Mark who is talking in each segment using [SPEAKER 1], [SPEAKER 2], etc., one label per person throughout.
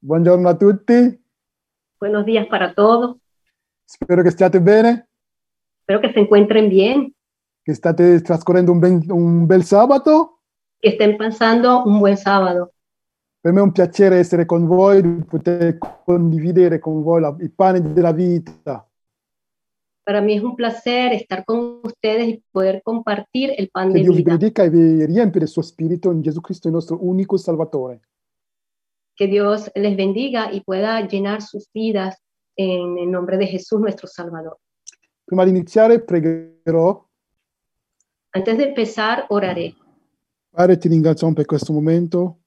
[SPEAKER 1] Buongiorno a tutti,
[SPEAKER 2] Buenos días para todos.
[SPEAKER 1] spero che stiate bene,
[SPEAKER 2] Espero que se encuentren bien,
[SPEAKER 1] che state trascorrendo un, ben- un bel sabato.
[SPEAKER 2] que estén pasando un buen sábado.
[SPEAKER 1] Per me è un piacere essere con voi, di poter condividere con voi la- i panni della vita.
[SPEAKER 2] Para mí es un placer estar con ustedes y poder compartir el pan
[SPEAKER 1] Che
[SPEAKER 2] de
[SPEAKER 1] Dio vi
[SPEAKER 2] vida.
[SPEAKER 1] benedica e vi riempie del suo spirito in Gesù Cristo, il nostro unico Salvatore.
[SPEAKER 2] Que Dios les bendiga y pueda llenar sus vidas en el nombre de Jesús nuestro Salvador.
[SPEAKER 1] Prima di iniziare pregherò.
[SPEAKER 2] Antes de empezar, oraré.
[SPEAKER 1] Padre, ti ringraziamo per questo momento.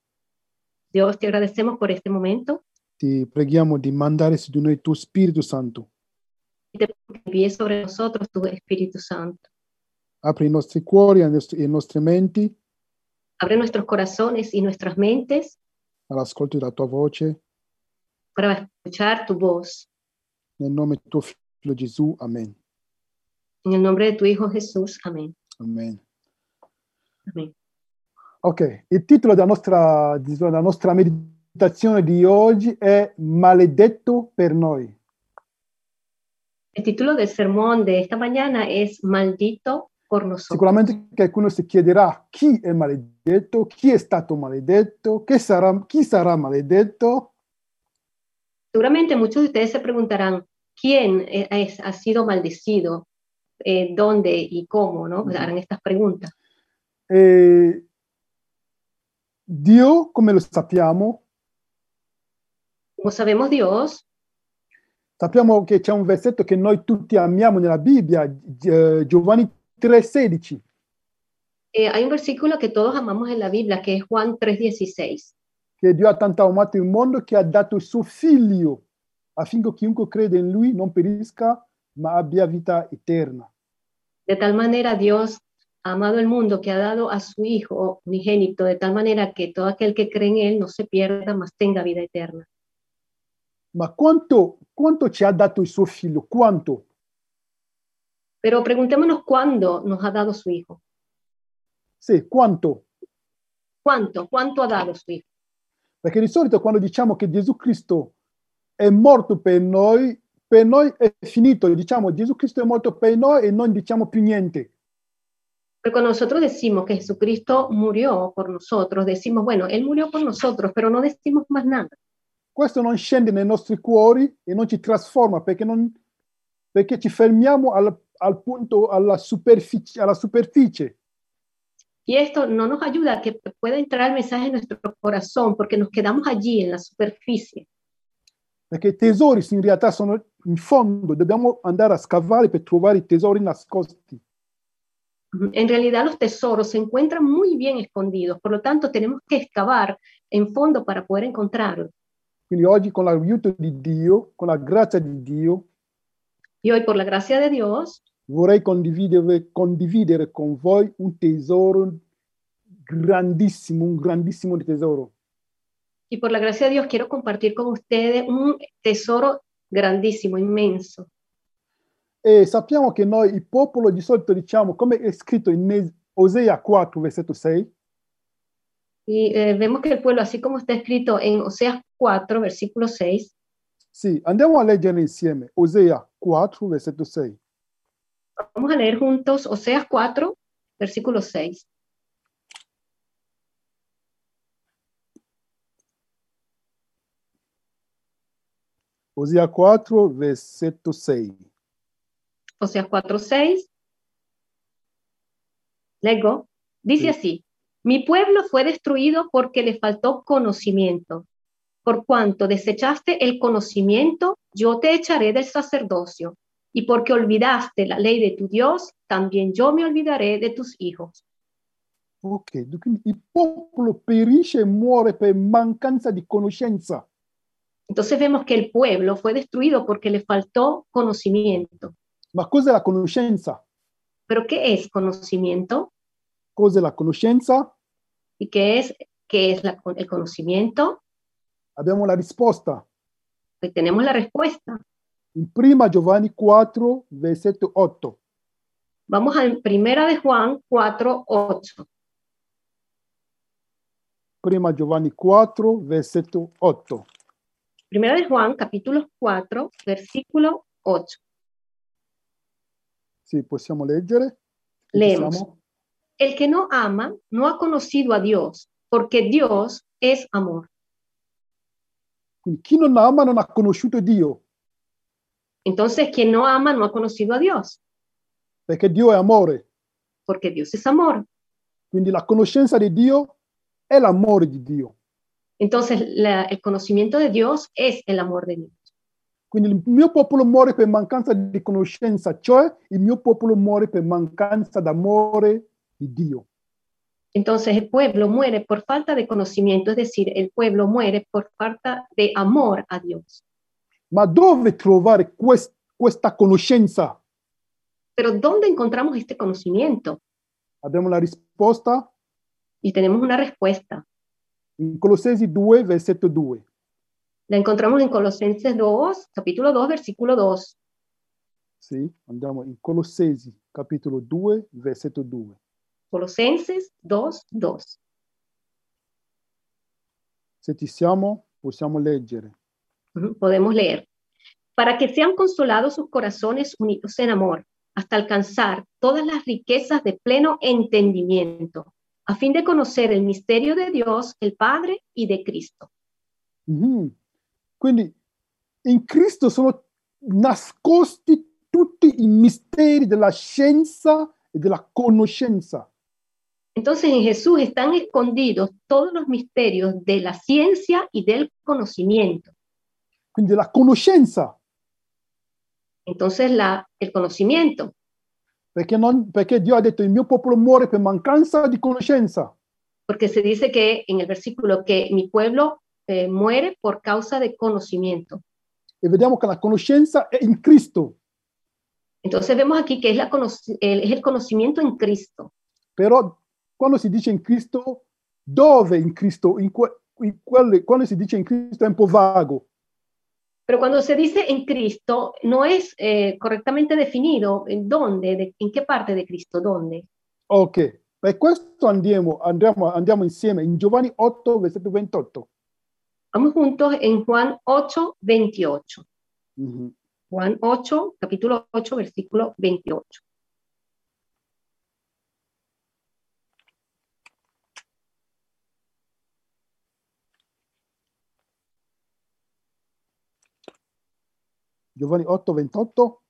[SPEAKER 2] Dios, te agradecemos por este momento
[SPEAKER 1] Ti preghiamo di mandare su di noi il tuo Spirito Santo.
[SPEAKER 2] y te envíe sobre nosotros tu Espíritu Santo.
[SPEAKER 1] Apri i nostri cuori e le nostre menti
[SPEAKER 2] Abre nuestros corazones y nuestras mentes
[SPEAKER 1] all'ascolto della tua voce.
[SPEAKER 2] para escuchar tu voz.
[SPEAKER 1] Nel nome del tuo figlio Gesù. Amen.
[SPEAKER 2] En el nombre de tu Hijo Jesús. Amén.
[SPEAKER 1] Amen.
[SPEAKER 2] Amén.
[SPEAKER 1] Ok, il titolo della nostra, della nostra meditazione di oggi è Maledetto per noi.
[SPEAKER 2] El título del sermón de esta mañana es Maldito por nosotros.
[SPEAKER 1] Sicuramente qualcuno si chiederà chi è maledetto, chi è stato maledetto, che sarà- chi sarà maledetto.
[SPEAKER 2] Seguramente muchos de ustedes se preguntarán quién eh, es- ha sido maldecido, Eh, dónde y cómo, ¿no?
[SPEAKER 1] Ujú.
[SPEAKER 2] Harán estas preguntas.
[SPEAKER 1] E Dio, come lo sappiamo,
[SPEAKER 2] Como sabemos, Dios,
[SPEAKER 1] sappiamo che c'è un versetto che noi tutti amiamo nella Bibbia, Gi- eh, Giovanni 3,16.
[SPEAKER 2] eh, hay un versículo que todos amamos en la Biblia, que es Juan 3:16,
[SPEAKER 1] che Dio ha tanto amato il mondo che ha dato il suo figlio affinché chiunque crede in lui non perisca ma abbia vita eterna.
[SPEAKER 2] De tal manera Dios ha amado el mundo que ha dado a su Hijo unigénito, de tal manera que todo aquel que cree en Él no se pierda, mas tenga vida eterna.
[SPEAKER 1] Ma quanto, quanto ci ha dato il suo figlio? Quanto?
[SPEAKER 2] Pero preguntémonos cuándo nos ha dado su Hijo.
[SPEAKER 1] Sì, quanto?
[SPEAKER 2] ¿Cuánto? ¿Cuánto ha dado su Hijo?
[SPEAKER 1] Perché di solito quando diciamo che Gesù Cristo è morto per noi, per noi è finito, diciamo Gesù Cristo è morto per noi e non diciamo più niente.
[SPEAKER 2] Pero cuando nosotros decimos que Jesucristo murió por nosotros, decimos, bueno, Él murió por nosotros, pero no decimos más nada.
[SPEAKER 1] Questo non scende nei nostri cuori e non ci trasforma perché, non- perché ci fermiamo al, al punto, alla superficie- alla superficie.
[SPEAKER 2] Y esto no nos ayuda a que pueda entrar el mensaje en nuestro corazón, porque nos quedamos allí en la superficie.
[SPEAKER 1] perché i tesori in realtà sono in fondo, dobbiamo andare a scavare per trovare i tesori nascosti.
[SPEAKER 2] En realidad los tesoros se encuentran muy bien escondidos, por lo tanto tenemos que excavar en fondo para poder encontrarlos.
[SPEAKER 1] Quindi oggi con l'aiuto di Dio, con la grazia di Dio,
[SPEAKER 2] Y hoy, por la gracia de Dios,
[SPEAKER 1] vorrei condividere, condividere con voi un tesoro grandissimo, un grandissimo tesoro.
[SPEAKER 2] y por la gracia de Dios, quiero compartir con ustedes un tesoro grandísimo, inmenso.
[SPEAKER 1] E sappiamo che noi, il popolo, di solito diciamo, come è scritto in Es- Osea 4, versetto 6,
[SPEAKER 2] Y eh, vemos que el pueblo, así como está escrito en Oseas 4, versículo 6,
[SPEAKER 1] sì, andiamo a leggere insieme, Osea 4, versetto 6.
[SPEAKER 2] vamos a leer juntos Oseas 4, versículo 6.
[SPEAKER 1] Osea 4, versetto 6.
[SPEAKER 2] Oseas 4, 6. Luego, dice
[SPEAKER 1] Sí.
[SPEAKER 2] así, mi pueblo fue destruido porque le faltó conocimiento. Por cuanto desechaste el conocimiento, yo te echaré del sacerdocio. Y porque olvidaste la ley de tu Dios, también yo me olvidaré de tus hijos.
[SPEAKER 1] Ok, du- quindi il popolo perisce e muore per mancanza di conoscenza.
[SPEAKER 2] Entonces vemos que el pueblo fue destruido porque le faltó conocimiento.
[SPEAKER 1] Ma cos'è la conoscenza?
[SPEAKER 2] ¿Pero qué es conocimiento?
[SPEAKER 1] Cos'è la conoscenza?
[SPEAKER 2] ¿Y qué es, qué es la- el conocimiento?
[SPEAKER 1] Abbiamo la risposta
[SPEAKER 2] Pues tenemos la respuesta.
[SPEAKER 1] in 1 Giovanni 4, versetto 8.
[SPEAKER 2] Vamos a Primera de Juan 4, 8.
[SPEAKER 1] 1 Giovanni 4, versetto 8.
[SPEAKER 2] Primera de Juan, capítulo 4, versículo 8.
[SPEAKER 1] Sì, possiamo leggere?
[SPEAKER 2] Leemos.
[SPEAKER 1] Possiamo?
[SPEAKER 2] El que no ama no ha conocido a Dios, porque Dios es amor.
[SPEAKER 1] Quindi chi non ama non ha conosciuto Dio,
[SPEAKER 2] Entonces, quien no ama no ha conocido a Dios,
[SPEAKER 1] perché Dio è amore.
[SPEAKER 2] porque Dios es amor.
[SPEAKER 1] Quindi la conoscenza di Dio è l'amore di Dio.
[SPEAKER 2] Entonces, la- el conocimiento de Dios es el amor de Dios.
[SPEAKER 1] Quindi il mio popolo muore per mancanza di conoscenza, cioè il mio popolo muore per mancanza d'amore di Dio.
[SPEAKER 2] Entonces, el pueblo muere por falta de conocimiento, es decir, el pueblo muere por falta de amor a Dios.
[SPEAKER 1] Ma dove trovare quest- questa conoscenza?
[SPEAKER 2] Pero ¿dónde encontramos este conocimiento?
[SPEAKER 1] Abbiamo la risposta
[SPEAKER 2] Y tenemos una respuesta.
[SPEAKER 1] in Colossesi 2, versetto 2.
[SPEAKER 2] La encontramos en Colosenses 2, capítulo 2, versículo 2.
[SPEAKER 1] Sì, andiamo in Colossesi, capitolo 2, versetto 2.
[SPEAKER 2] Colosenses 2, 2.
[SPEAKER 1] Se ci siamo, possiamo leggere.
[SPEAKER 2] Ujú, Podemos leer. Para que sean consolados sus corazones unidos en amor, hasta alcanzar todas las riquezas de pleno entendimiento, a fin de conocer el misterio de Dios, el Padre y de Cristo.
[SPEAKER 1] Mhm. Quindi in Cristo sono nascosti tutti i misteri della scienza e della conoscenza.
[SPEAKER 2] Entonces en Jesús están escondidos todos los misterios de la ciencia y del conocimiento.
[SPEAKER 1] Quindi la conoscenza,
[SPEAKER 2] Entonces la, el conocimiento,
[SPEAKER 1] perché, non- perché Dio ha detto il mio popolo muore per mancanza di conoscenza.
[SPEAKER 2] porque se dice que en el versículo que mi pueblo eh, muere por causa de conocimiento.
[SPEAKER 1] E vediamo che la conoscenza è in Cristo,
[SPEAKER 2] Entonces vemos aquí que es, la conoc- el- es el conocimiento en Cristo.
[SPEAKER 1] però quando si dice in Cristo, dove in Cristo? In que- in quelle- quando si dice in Cristo è un po' vago.
[SPEAKER 2] Pero cuando se dice en Cristo, no es eh, correctamente definido en dónde, de- en qué parte de Cristo, dónde.
[SPEAKER 1] Ok, per questo andiamo, andiamo, andiamo insieme in Giovanni 8, versetto 28.
[SPEAKER 2] Vamos juntos en Juan 8, 28.
[SPEAKER 1] Mhm.
[SPEAKER 2] Juan 8, capítulo 8, versículo 28.
[SPEAKER 1] Giovanni 8, 28.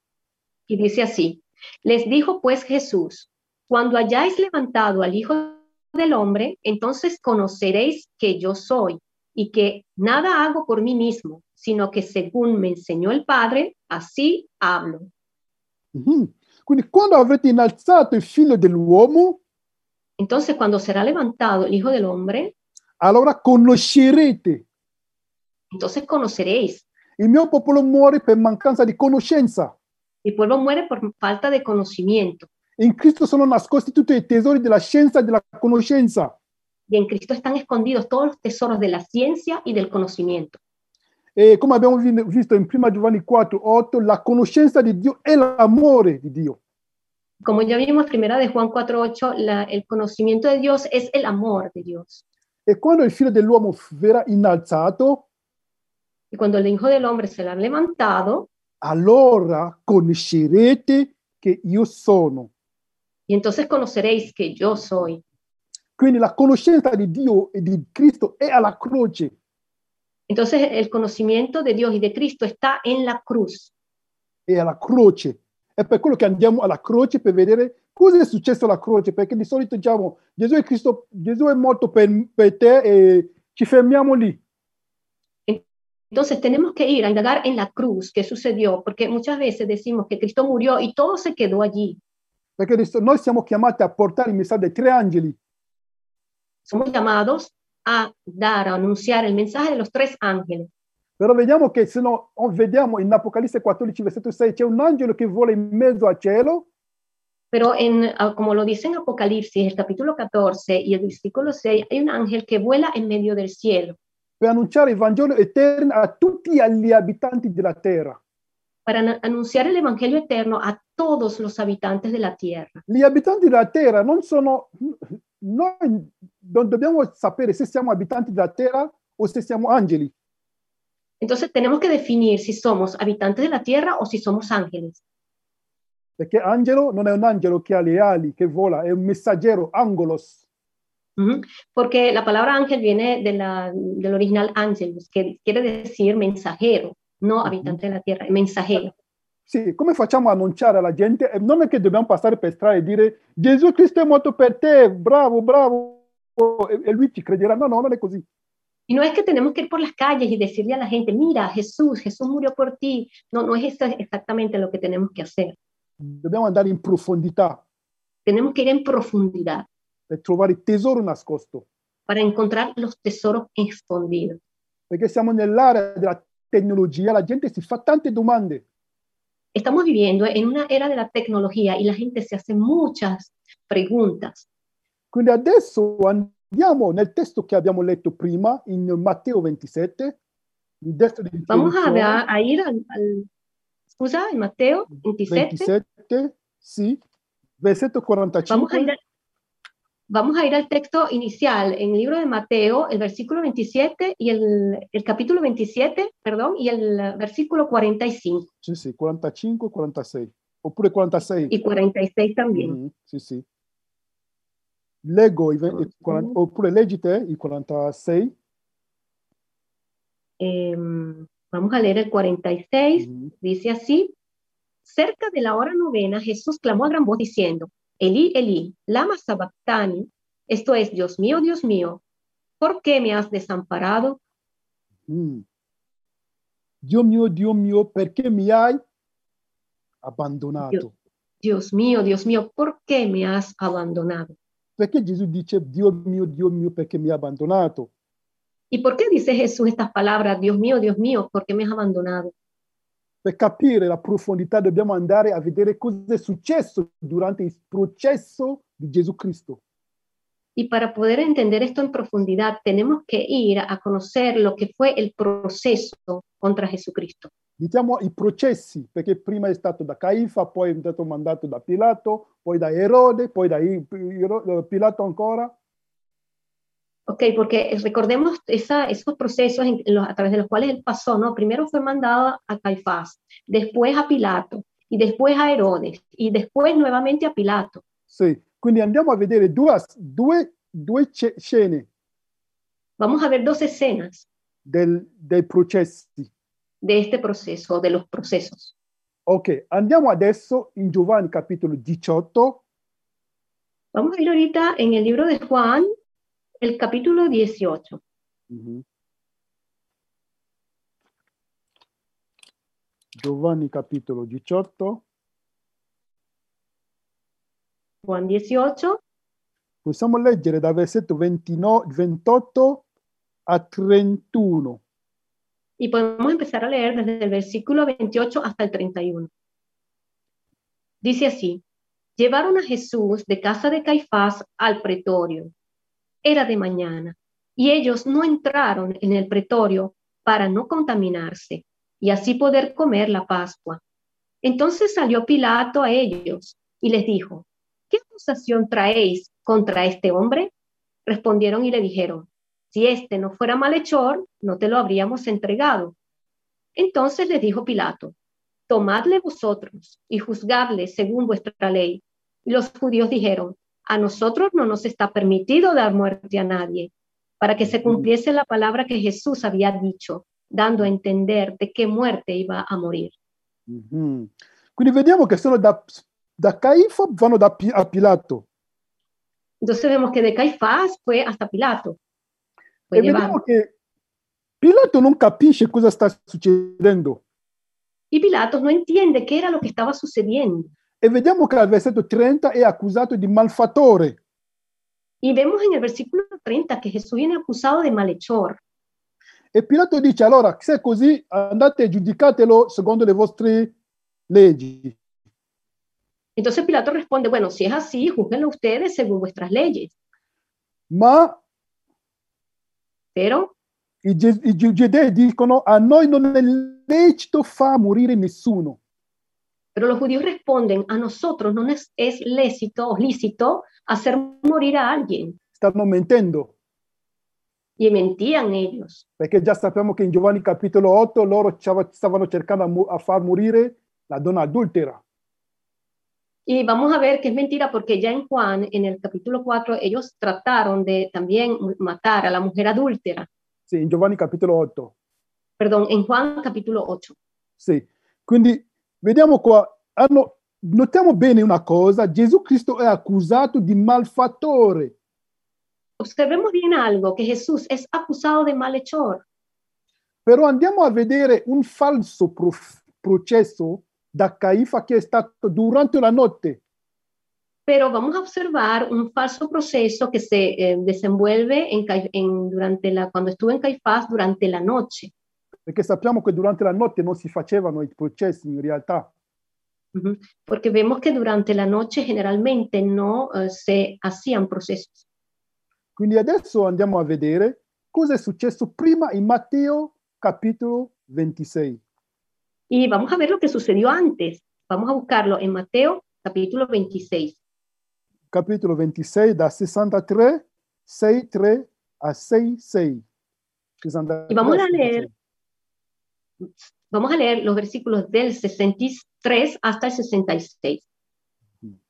[SPEAKER 2] Y dice así, les dijo pues Jesús, cuando hayáis levantado al Hijo del Hombre, entonces conoceréis que yo soy y que nada hago por mí mismo, sino que según me enseñó el Padre, así hablo.
[SPEAKER 1] Mhm. Quindi quando avrete innalzato il figlio dell'uomo,
[SPEAKER 2] Entonces cuando será levantado el Hijo del Hombre,
[SPEAKER 1] allora conoscerete.
[SPEAKER 2] entonces conoceréis.
[SPEAKER 1] Il mio popolo muore per mancanza di conoscenza.
[SPEAKER 2] Mi pueblo muere por falta de conocimiento
[SPEAKER 1] In Cristo sono nascosti tutti i tesori della scienza e della conoscenza.
[SPEAKER 2] y en Cristo están escondidos todos los tesoros de la ciencia y del conocimiento.
[SPEAKER 1] E come abbiamo vi- visto in 1 Giovanni 4, 8, la conoscenza di Dio è l'amore di Dio.
[SPEAKER 2] Como ya vimos, primera de Juan 4.8, la- el conocimiento de Dios es el amor de Dios.
[SPEAKER 1] E quando il figlio dell'uomo verrà innalzato,
[SPEAKER 2] Y cuando el Hijo del Hombre se la ha levantado,
[SPEAKER 1] allora conoscerete che io sono.
[SPEAKER 2] y entonces conoceréis que yo soy.
[SPEAKER 1] Quindi la conoscenza di Dio e di Cristo è alla croce.
[SPEAKER 2] Entonces el conocimiento de Dios y de Cristo está en la cruz.
[SPEAKER 1] È alla croce. È per quello che andiamo alla croce per vedere cosa è successo alla croce, perché di solito diciamo Gesù è, Cristo, Gesù è morto per, per te e ci fermiamo lì.
[SPEAKER 2] Entonces tenemos que ir a indagar en la cruz qué sucedió, porque muchas veces decimos que Cristo murió y todo se quedó allí.
[SPEAKER 1] Perché di so- noi siamo chiamati a portare il messaggio dei tre angeli,
[SPEAKER 2] Somos llamados a dar, a anunciar el mensaje de los tres ángeles.
[SPEAKER 1] però vediamo che se no, o vediamo in Apocalisse 14, versetto 6, c'è un angelo che vola in mezzo al cielo
[SPEAKER 2] Pero en, ah, como lo dice en Apocalipsis, el capítulo 14 y el versículo 6, hay un ángel que vuela en medio del cielo
[SPEAKER 1] per annunciare il Vangelo eterno a tutti gli abitanti della terra.
[SPEAKER 2] para na- anunciar el Evangelio eterno a todos los habitantes de la tierra.
[SPEAKER 1] gli abitanti della terra non sono noi non dobbiamo sapere se siamo abitanti della terra o se siamo angeli
[SPEAKER 2] Entonces tenemos que definir si somos habitantes de la tierra o si somos ángeles.
[SPEAKER 1] Perché angelo non è un angelo che ha le ali, che vola, è un messaggero, angolos.
[SPEAKER 2] Ujú. Porque la palabra ángel viene de la- del original ángelos, que quiere decir mensajero, no habitante de la tierra, mensajero.
[SPEAKER 1] Sì, come facciamo a annunciare alla gente? Eh, Non è che dobbiamo passare per strada e dire Gesù Cristo è morto per te, bravo, bravo, e, e lui ci crederà. No, no, non è così.
[SPEAKER 2] Y no es que tenemos que ir por las calles y decirle a la gente, mira, Jesús, Jesús murió por ti. No, no es eso exactamente lo que tenemos que hacer.
[SPEAKER 1] Dobbiamo andare in profondità
[SPEAKER 2] Tenemos que ir en profundidad
[SPEAKER 1] per trovare il tesoro nascosto,
[SPEAKER 2] para encontrar los tesoros escondidos.
[SPEAKER 1] perché siamo nell'area della tecnologia, la gente si fa tante domande.
[SPEAKER 2] Estamos viviendo en una era de la tecnología y la gente se hace muchas preguntas.
[SPEAKER 1] Quindi adesso andiamo nel testo che abbiamo letto prima, in Matteo 27, il testo di
[SPEAKER 2] Vamos a,
[SPEAKER 1] introduzione,
[SPEAKER 2] ver- a ir al, al- excusa, en Mateo 27.
[SPEAKER 1] 27, sì, versetto 45.
[SPEAKER 2] Vamos a, ir, al- vamos a ir al texto inicial en el libro de Mateo, el versículo 27 y el, el capítulo 27, perdón, y el eh, versículo 45
[SPEAKER 1] Sì, sì, 45, 46. Oppure 46.
[SPEAKER 2] y 46 también.
[SPEAKER 1] Mhm, sì, sì. Leggo i ve- i quaran-
[SPEAKER 2] Mhm.
[SPEAKER 1] oppure leggi te i 46.
[SPEAKER 2] Em, vamos a leer el 46.
[SPEAKER 1] Mhm.
[SPEAKER 2] Dice así, cerca de la hora novena Jesús clamó a gran voz diciendo, Elí, Elí, lama sabactani, esto es, Dios mío, Dios mío, ¿por qué me has desamparado?
[SPEAKER 1] Mm. Dio mio, Dio mio, perché mi hai abbandonato?
[SPEAKER 2] Dio. Dios mío, Dios mío, ¿por qué me has abandonado?
[SPEAKER 1] Perché Gesù dice, Dio mio, Dio mio, perché mi hai abbandonato?
[SPEAKER 2] ¿Y por qué dice Jesús estas palabras, Dios mío, Dios mío, ¿por qué me has abandonado?
[SPEAKER 1] Per capire la profondità dobbiamo andare a vedere cosa è successo durante il processo di Gesù Cristo.
[SPEAKER 2] Y para poder entender esto en profundidad, tenemos que ir a conocer lo que fue el proceso contra Jesucristo.
[SPEAKER 1] diciamo i processi, perché prima è stato da Caifa, poi è stato mandato da Pilato, poi da Erode, poi da I- Ero- Pilato ancora.
[SPEAKER 2] Ok, porque recordemos esa- esos procesos en los- a través de los cuales él pasó, ¿no? Primero fue mandado a Caifás, después a Pilato, y después a Herodes, y después nuevamente a Pilato.
[SPEAKER 1] Sì. Quindi andiamo a vedere due, due- due ce- scene
[SPEAKER 2] Vamos a ver dos escenas
[SPEAKER 1] del- dei processi.
[SPEAKER 2] de este proceso, de los procesos.
[SPEAKER 1] Ok, andiamo adesso in Giovanni capitolo 18,
[SPEAKER 2] Vamos a ir ahorita en el libro de Juan, el capítulo 18.
[SPEAKER 1] Giovanni capitolo 18,
[SPEAKER 2] Juan 18,
[SPEAKER 1] possiamo leggere dal versetto 29 28 a 31.
[SPEAKER 2] y podemos empezar a leer desde el versículo 28 hasta el 31. Dice así, llevaron a Jesús de casa de Caifás al pretorio. Era de mañana, y ellos no entraron en el pretorio para no contaminarse y así poder comer la Pascua. Entonces salió Pilato a ellos y les dijo, ¿qué acusación traéis contra este hombre? Respondieron y le dijeron, si éste no fuera malhechor, no te lo habríamos entregado. Entonces les dijo Pilato, tomadle vosotros y juzgadle según vuestra ley. Y los judíos dijeron, a nosotros no nos está permitido dar muerte a nadie, para que se cumpliese la palabra que Jesús había dicho, dando a entender de qué muerte iba a morir.
[SPEAKER 1] Mhm. Quindi vediamo che sono da, da Caifa vanno da Pi- a Pilato
[SPEAKER 2] Entonces vemos que de Caifás fue hasta Pilato. Fue
[SPEAKER 1] e
[SPEAKER 2] llevado.
[SPEAKER 1] vediamo che Pilato non capisce cosa sta succedendo
[SPEAKER 2] Y Pilato no entiende qué era lo que estaba sucediendo.
[SPEAKER 1] e vediamo che al versetto 30 è accusato di malfattore.
[SPEAKER 2] Y vemos en el versículo 30 que Jesús viene acusado de malhechor.
[SPEAKER 1] E Pilato dice allora se è così andate e giudicatelo secondo le vostre leggi.
[SPEAKER 2] Entonces Pilato responde, bueno, si es así, júzguenlo ustedes según vuestras leyes.
[SPEAKER 1] Ma
[SPEAKER 2] Pero,
[SPEAKER 1] i, ge- i giu- giudei dicono a noi non è lecito far morire nessuno.
[SPEAKER 2] pero los judíos responden, a nosotros no es, es lícito, lícito hacer morir a alguien.
[SPEAKER 1] Stanno mentendo.
[SPEAKER 2] y mentían ellos.
[SPEAKER 1] perché già sappiamo che in Giovanni capitolo 8 loro stava- stavano cercando a, mu- a far morire la donna adultera.
[SPEAKER 2] Y vamos a ver que es mentira porque ya en Juan, en el capítulo 4, ellos trataron de también matar a la mujer adúltera.
[SPEAKER 1] Sì, in Giovanni capitolo 8.
[SPEAKER 2] Perdón, en Juan capítulo 8.
[SPEAKER 1] Sì, quindi vediamo qua, hanno- notiamo bene una cosa, Gesù Cristo è accusato di malfattore,
[SPEAKER 2] Observemos bien algo, que Jesús es acusado de malhechor,
[SPEAKER 1] però andiamo a vedere un falso prof- processo da Caifa che è stato durante la notte.
[SPEAKER 2] pero vamos a observar un falso proceso que se eh, desenvuelve en, Caif- en- durante la, cuando estuvo en Caifás durante la noche.
[SPEAKER 1] perché sappiamo che durante la notte non si facevano i processi in realtà.
[SPEAKER 2] Ujú. Porque vemos que durante la noche generalmente no eh, se hacían procesos.
[SPEAKER 1] Quindi adesso andiamo a vedere cosa è successo prima in Matteo capitolo 26.
[SPEAKER 2] Y vamos a ver lo que sucedió antes. Vamos a buscarlo en Mateo capítulo 26,
[SPEAKER 1] Capitolo 26 da 63, 63 a 66. 63,
[SPEAKER 2] Y vamos a leer. Vamos a leer los versículos del 63 hasta el 66.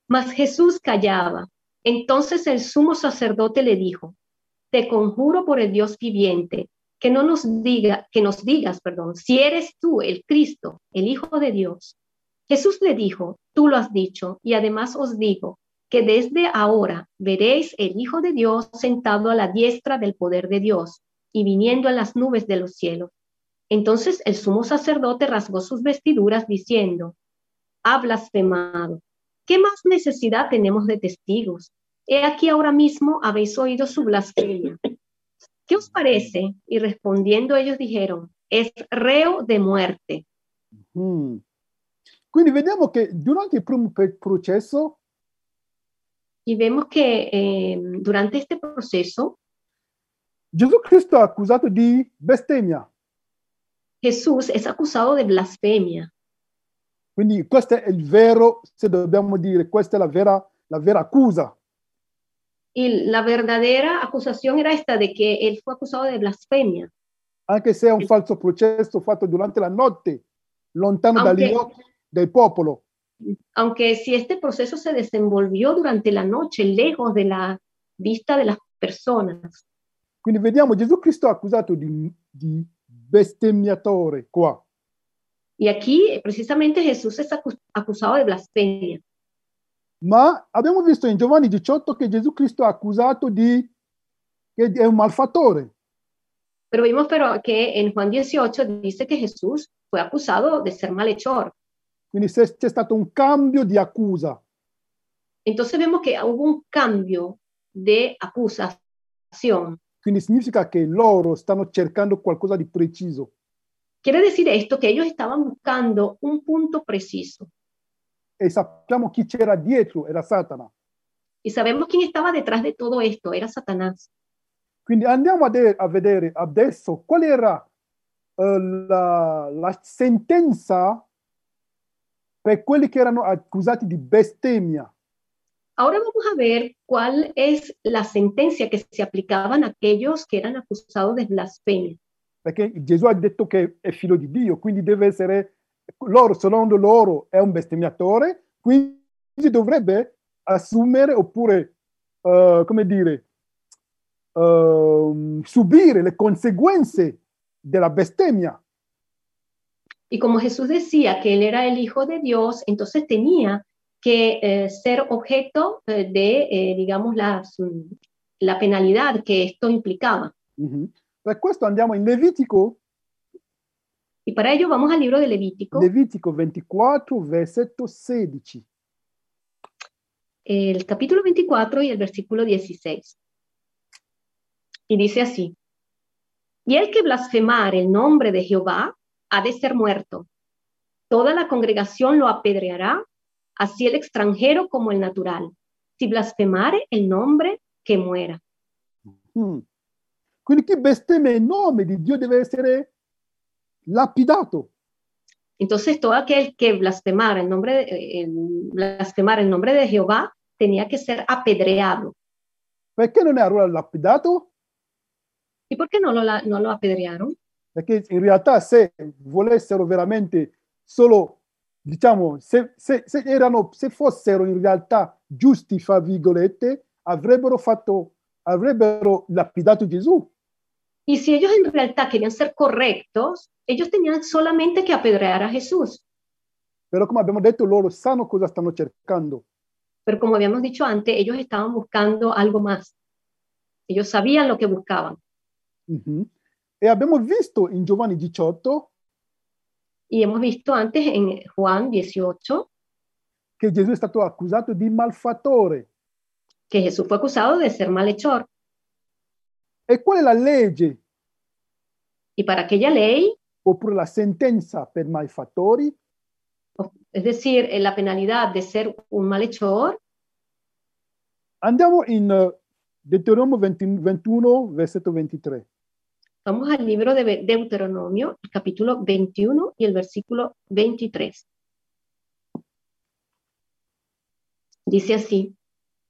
[SPEAKER 2] Mas Jesús callaba. Entonces el sumo sacerdote le dijo, te conjuro por el Dios viviente, que no nos diga, que nos digas, perdón, si eres tú el Cristo, el Hijo de Dios. Jesús le dijo, tú lo has dicho, y además os digo que desde ahora veréis el Hijo de Dios sentado a la diestra del poder de Dios y viniendo en las nubes de los cielos. Entonces el sumo sacerdote rasgó sus vestiduras diciendo, ha blasfemado. ¿Qué más necesidad tenemos de testigos? He aquí ahora mismo habéis oído su blasfemia. ¿Qué os parece? Y respondiendo ellos dijeron, es reo de muerte.
[SPEAKER 1] Mm. Quindi vediamo che durante il primo pe- processo
[SPEAKER 2] Y vemos que eh, durante este proceso
[SPEAKER 1] Gesù Cristo è accusato di bestemmia.
[SPEAKER 2] Jesús es acusado de blasfemia.
[SPEAKER 1] Quindi questo è il vero, se dobbiamo dire, questa è la vera, la vera accusa.
[SPEAKER 2] Y la verdadera acusación era esta de que él fue acusado de blasfemia.
[SPEAKER 1] anche se è un falso processo fatto durante la notte, lontano
[SPEAKER 2] Anche-
[SPEAKER 1] dall'occhio del popolo.
[SPEAKER 2] aunque si este proceso se desenvolvió durante la noche, lejos de la vista de las personas.
[SPEAKER 1] Quindi vediamo Gesù Cristo accusato di, di bestemmiatore qua.
[SPEAKER 2] Y aquí eh, precisamente Jesús es acu- acusado de blasfemia.
[SPEAKER 1] Ma abbiamo visto in Giovanni 18 che Gesù Cristo è accusato di che è un malfattore.
[SPEAKER 2] Pero vimos pero, que en Juan 18 dice que Jesús fue acusado de ser malhechor.
[SPEAKER 1] Quindi se- c'è stato un cambio di accusa.
[SPEAKER 2] Entonces vemos que hubo un cambio de acusación.
[SPEAKER 1] Quindi significa che loro stanno cercando qualcosa di preciso.
[SPEAKER 2] Quiere decir esto que ellos estaban buscando un punto preciso.
[SPEAKER 1] E sappiamo chi c'era dietro, era Satana.
[SPEAKER 2] Y sabemos quién estaba detrás de todo esto, era Satanás.
[SPEAKER 1] Quindi andiamo a, de- a vedere adesso qual era eh, la, la sentenza per quelli che erano accusati di bestemmia.
[SPEAKER 2] Ahora vamos a ver cuál es la sentencia que se aplicaban a aquellos que eran acusados de blasfemia.
[SPEAKER 1] Perché Gesù ha detto che è figlio di Dio, quindi deve essere loro, secondo loro, è un bestemmiatore, quindi dovrebbe assumere oppure, eh, come dire, ehm, subire le conseguenze della bestemmia.
[SPEAKER 2] Y como Jesús decía que él era el Hijo de Dios, entonces tenía que eh, ser objeto eh, de, eh, digamos, las, mm, la penalidad que esto implicaba.
[SPEAKER 1] Mhm. Per questo andiamo in Levitico
[SPEAKER 2] Y para ello vamos al libro de Levítico,
[SPEAKER 1] Levitico 24, versetto 16.
[SPEAKER 2] el capítulo 24 y el versículo 16. Y dice así, y el que blasfemar el nombre de Jehová ha de ser muerto. Toda la congregación lo apedreará, así el extranjero como el natural. Si blasfemare el nombre, que muera.
[SPEAKER 1] Mm. Quindi chi bestemmia il nome di Dio deve essere lapidato.
[SPEAKER 2] Entonces todo aquel que blasfemara el nombre de, eh, el- blasfemara el nombre de Jehová tenía que ser apedreado.
[SPEAKER 1] Perché non è allora lapidato?
[SPEAKER 2] ¿Y por qué no lo, no lo apedrearon?
[SPEAKER 1] Perché in realtà se volessero veramente solo, diciamo, se, se, se erano, se fossero in realtà giusti, fra virgolette, avrebbero, fatto, avrebbero lapidato Gesù.
[SPEAKER 2] Y si ellos en realidad querían ser correctos, ellos tenían solamente que apedrear a Jesús.
[SPEAKER 1] Però come abbiamo detto loro sanno cosa stanno cercando.
[SPEAKER 2] Pero como habíamos dicho antes, ellos estaban buscando algo más. Ellos sabían lo que buscaban.
[SPEAKER 1] Mhm. E abbiamo visto in Giovanni 18
[SPEAKER 2] Y hemos visto antes en Juan 18
[SPEAKER 1] che Gesù è stato accusato di malfattore.
[SPEAKER 2] que Jesús fue acusado de ser malhechor.
[SPEAKER 1] E qual è la legge
[SPEAKER 2] Y para aquella ley,
[SPEAKER 1] oppure la sentenza per malfattori?
[SPEAKER 2] es decir, eh, la penalidad de ser un malhechor,
[SPEAKER 1] Andiamo in eh, Deuteronomio 20 21, versetto 23.
[SPEAKER 2] vamos al libro de Be- Deuteronomio, el capítulo 21 y el versículo 23. Dice así,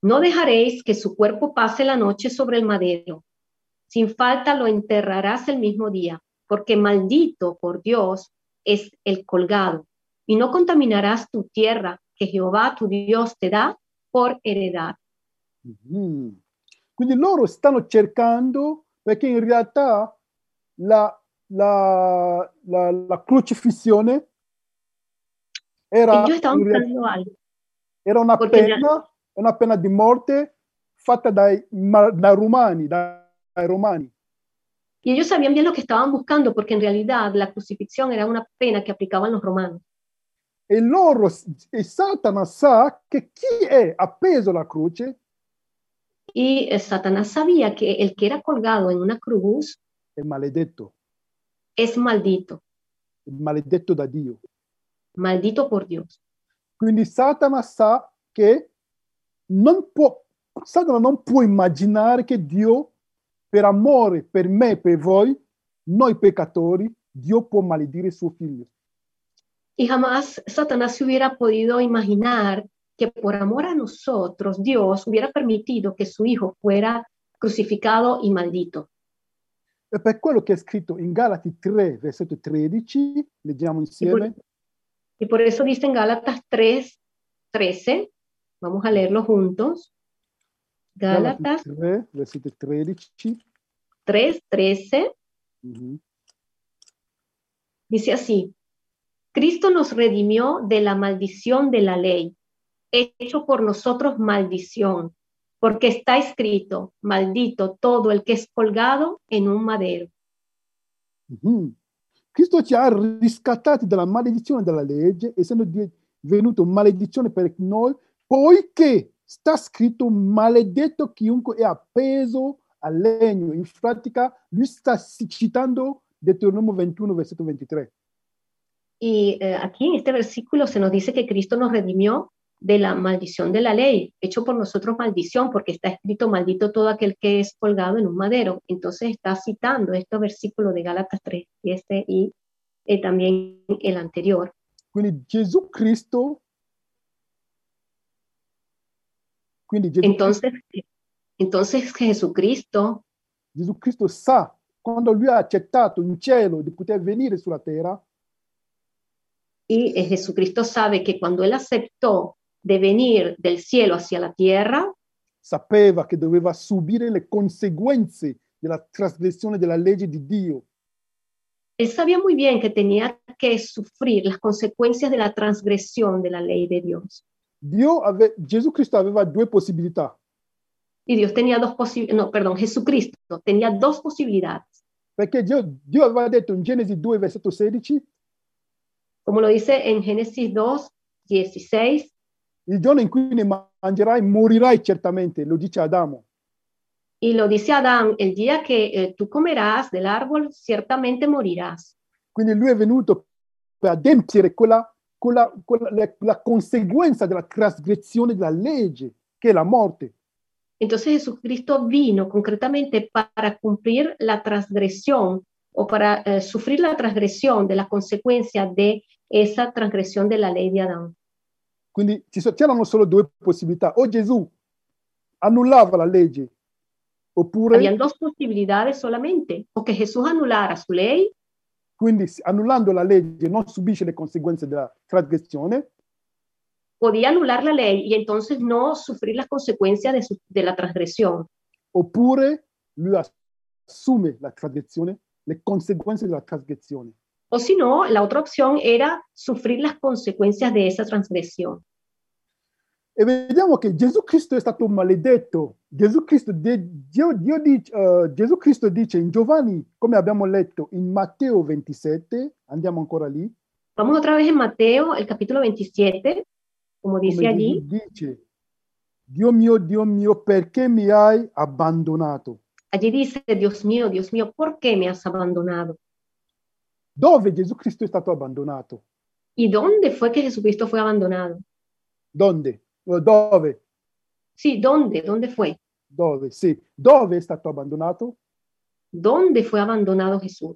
[SPEAKER 2] no dejaréis que su cuerpo pase la noche sobre el madero. Sin falta lo enterrarás el mismo día, porque maldito por Dios es el colgado. Y no contaminarás tu tierra que Jehová tu Dios te da por heredad.
[SPEAKER 1] Mhm. Quindi loro stanno cercando, perché in realtà la, la, la, la crocifissione era,
[SPEAKER 2] Ellos estaban
[SPEAKER 1] in realtà
[SPEAKER 2] buscando algo.
[SPEAKER 1] era una,
[SPEAKER 2] Perché
[SPEAKER 1] pena, una pena di morte fatta dai, ma- dai romani. dai- dai romani.
[SPEAKER 2] Y ellos sabían bien lo que estaban buscando, porque en realidad la crucifixión era una pena que aplicaban los romanos.
[SPEAKER 1] E loro, e Satana sa che chi è appeso alla croce
[SPEAKER 2] Y eh, Satanás sabía que el que era colgado en una cruz
[SPEAKER 1] è maledetto,
[SPEAKER 2] es maldito,
[SPEAKER 1] è maledetto da Dio.
[SPEAKER 2] maldito por Dios.
[SPEAKER 1] Quindi Satana sa che non può, Satana non può immaginare che Dio, per amore per me e per voi, noi peccatori, Dio può maledire suo figlio.
[SPEAKER 2] Y jamás Satanás se hubiera podido imaginar que por amor a nosotros Dios hubiera permitido que su hijo fuera crucificado y maldito.
[SPEAKER 1] E per quello che è scritto in Galati 3, versetto 13, leggiamo
[SPEAKER 2] Y por,
[SPEAKER 1] insieme,
[SPEAKER 2] y por eso dicen Gálatas 3, 13, vamos a leerlo juntos. Gálatas
[SPEAKER 1] Galati 3, versetto 13.
[SPEAKER 2] 3, 13.
[SPEAKER 1] Mhm.
[SPEAKER 2] Dice así, Cristo nos redimió de la maldición de la ley, hecho por nosotros maldición, porque está escrito, maldito todo el que es colgado en un madero.
[SPEAKER 1] Mhm. Cristo ci ha riscattati dalla maledizione della legge, essendo divenuto maledizione per noi, poiché sta scritto maledetto chiunque è appeso al legno. In pratica, lui sta citando Deuteronomio 21, versetto 23.
[SPEAKER 2] Y eh, aquí en este versículo se nos dice que Cristo nos redimió de la maldición de la ley, hecho por nosotros maldición, porque está escrito, maldito todo aquel que es colgado en un madero. Entonces está citando este versículo de Gálatas 3, y este y eh, también el anterior.
[SPEAKER 1] Quindi Gesù Cristo... Quindi Gesù,
[SPEAKER 2] Entonces, entonces Jesucristo,
[SPEAKER 1] Gesù Cristo sa, quando lui ha accettato in cielo di poter venire sulla terra,
[SPEAKER 2] y eh, Jesucristo sabe que cuando él aceptó de venir del cielo hacia la tierra,
[SPEAKER 1] sapeva che doveva subire le conseguenze della trasgressione della legge di Dio.
[SPEAKER 2] él sabía muy bien que tenía que sufrir las consecuencias de la transgresión de la ley de Dios.
[SPEAKER 1] Dio ave- Gesù Cristo aveva due possibilità,
[SPEAKER 2] Y Dios tenía dos posibilidades, no, perdón, Jesucristo tenía dos posibilidades.
[SPEAKER 1] perché Dio, Dio aveva detto in Genesi 2, versetto 16,
[SPEAKER 2] Como lo dice en Génesis 2, 16,
[SPEAKER 1] il giorno in cui ne ma- mangerai morirai certamente, lo dice Adamo.
[SPEAKER 2] y lo dice Adán, el día que eh, tú comerás del árbol, ciertamente morirás.
[SPEAKER 1] Quindi lui è venuto per adempiere quella, quella- quella- la- la conseguenza della trasgressione della legge, che è la morte.
[SPEAKER 2] Entonces Jesucristo vino concretamente para cumplir la transgresión o para eh, sufrir la transgresión de la consecuencia de esa transgresión de la ley de Adán.
[SPEAKER 1] Quindi ci so- c'erano solo due possibilità, o Gesù annullava la legge Oppure,
[SPEAKER 2] Habían dos posibilidades solamente, o que Jesús anulara su ley
[SPEAKER 1] quindi s- annullando la legge non subisce le conseguenze della trasgressione,
[SPEAKER 2] podía anular la ley y entonces no sufrir las consecuencias de, su- de la transgresión.
[SPEAKER 1] oppure lui ass- assume la trasgressione, le conseguenze della trasgressione.
[SPEAKER 2] O si no, la otra opción era sufrir las consecuencias de esa transgresión.
[SPEAKER 1] E vediamo che Gesù Cristo è stato maledetto. Gesù Cristo, de- Dio, Dio dice, eh, Gesù Cristo dice in Giovanni, come abbiamo letto in Matteo 27, andiamo ancora lì,
[SPEAKER 2] Vamos otra vez en Mateo, el capítulo 27, como dice
[SPEAKER 1] come
[SPEAKER 2] allí,
[SPEAKER 1] Gesù dice, Dio mio, Dio mio, perché mi hai abbandonato?
[SPEAKER 2] allí dice, Dios mío, Dios mío, ¿por qué me has abandonado?
[SPEAKER 1] Dove Gesù Cristo è stato abbandonato?
[SPEAKER 2] ¿Y dónde fue que Jesucristo fue abandonado?
[SPEAKER 1] Donde? Eh, Dove?
[SPEAKER 2] Sí, ¿dónde? ¿Dónde fue?
[SPEAKER 1] Dove? Sì. Dove è stato abbandonato?
[SPEAKER 2] ¿Dónde fue abandonado Jesús?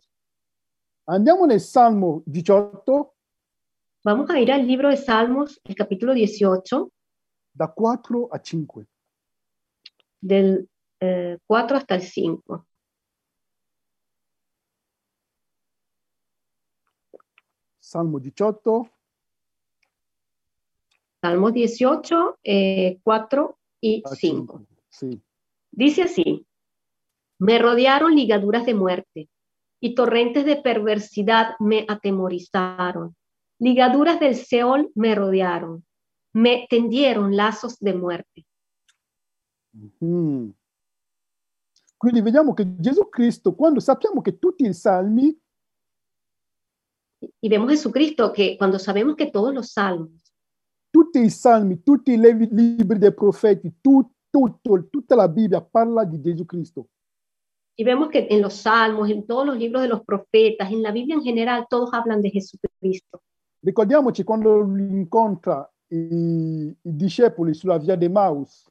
[SPEAKER 1] Andiamo nel Salmo 18,
[SPEAKER 2] Vamos a ir al libro de Salmos, el capítulo 18,
[SPEAKER 1] da 4 a 5.
[SPEAKER 2] del eh, 4 hasta el 5.
[SPEAKER 1] Salmo 18,
[SPEAKER 2] Salmos 18, eh, 4 y
[SPEAKER 1] a
[SPEAKER 2] 5.
[SPEAKER 1] 5. Sì.
[SPEAKER 2] Dice así, me rodearon ligaduras de muerte y torrentes de perversidad me atemorizaron. Ligaduras del Seol me rodearon, me tendieron lazos de muerte.
[SPEAKER 1] Mm. Quindi vediamo che Gesù Cristo, quando sappiamo che tutti i salmi,
[SPEAKER 2] Y vemos Jesucristo que cuando sabemos que todos los salmos,
[SPEAKER 1] tutti i salmi, tutti i levi- libri dei profeti, tu- tutto, tutta la Bibbia parla di Gesù Cristo.
[SPEAKER 2] y vemos que en los salmos, en todos los libros de los profetas, en la Biblia en general, todos hablan de Jesucristo.
[SPEAKER 1] Ricordiamoci quando lui incontra i, i discepoli sulla via di Maus.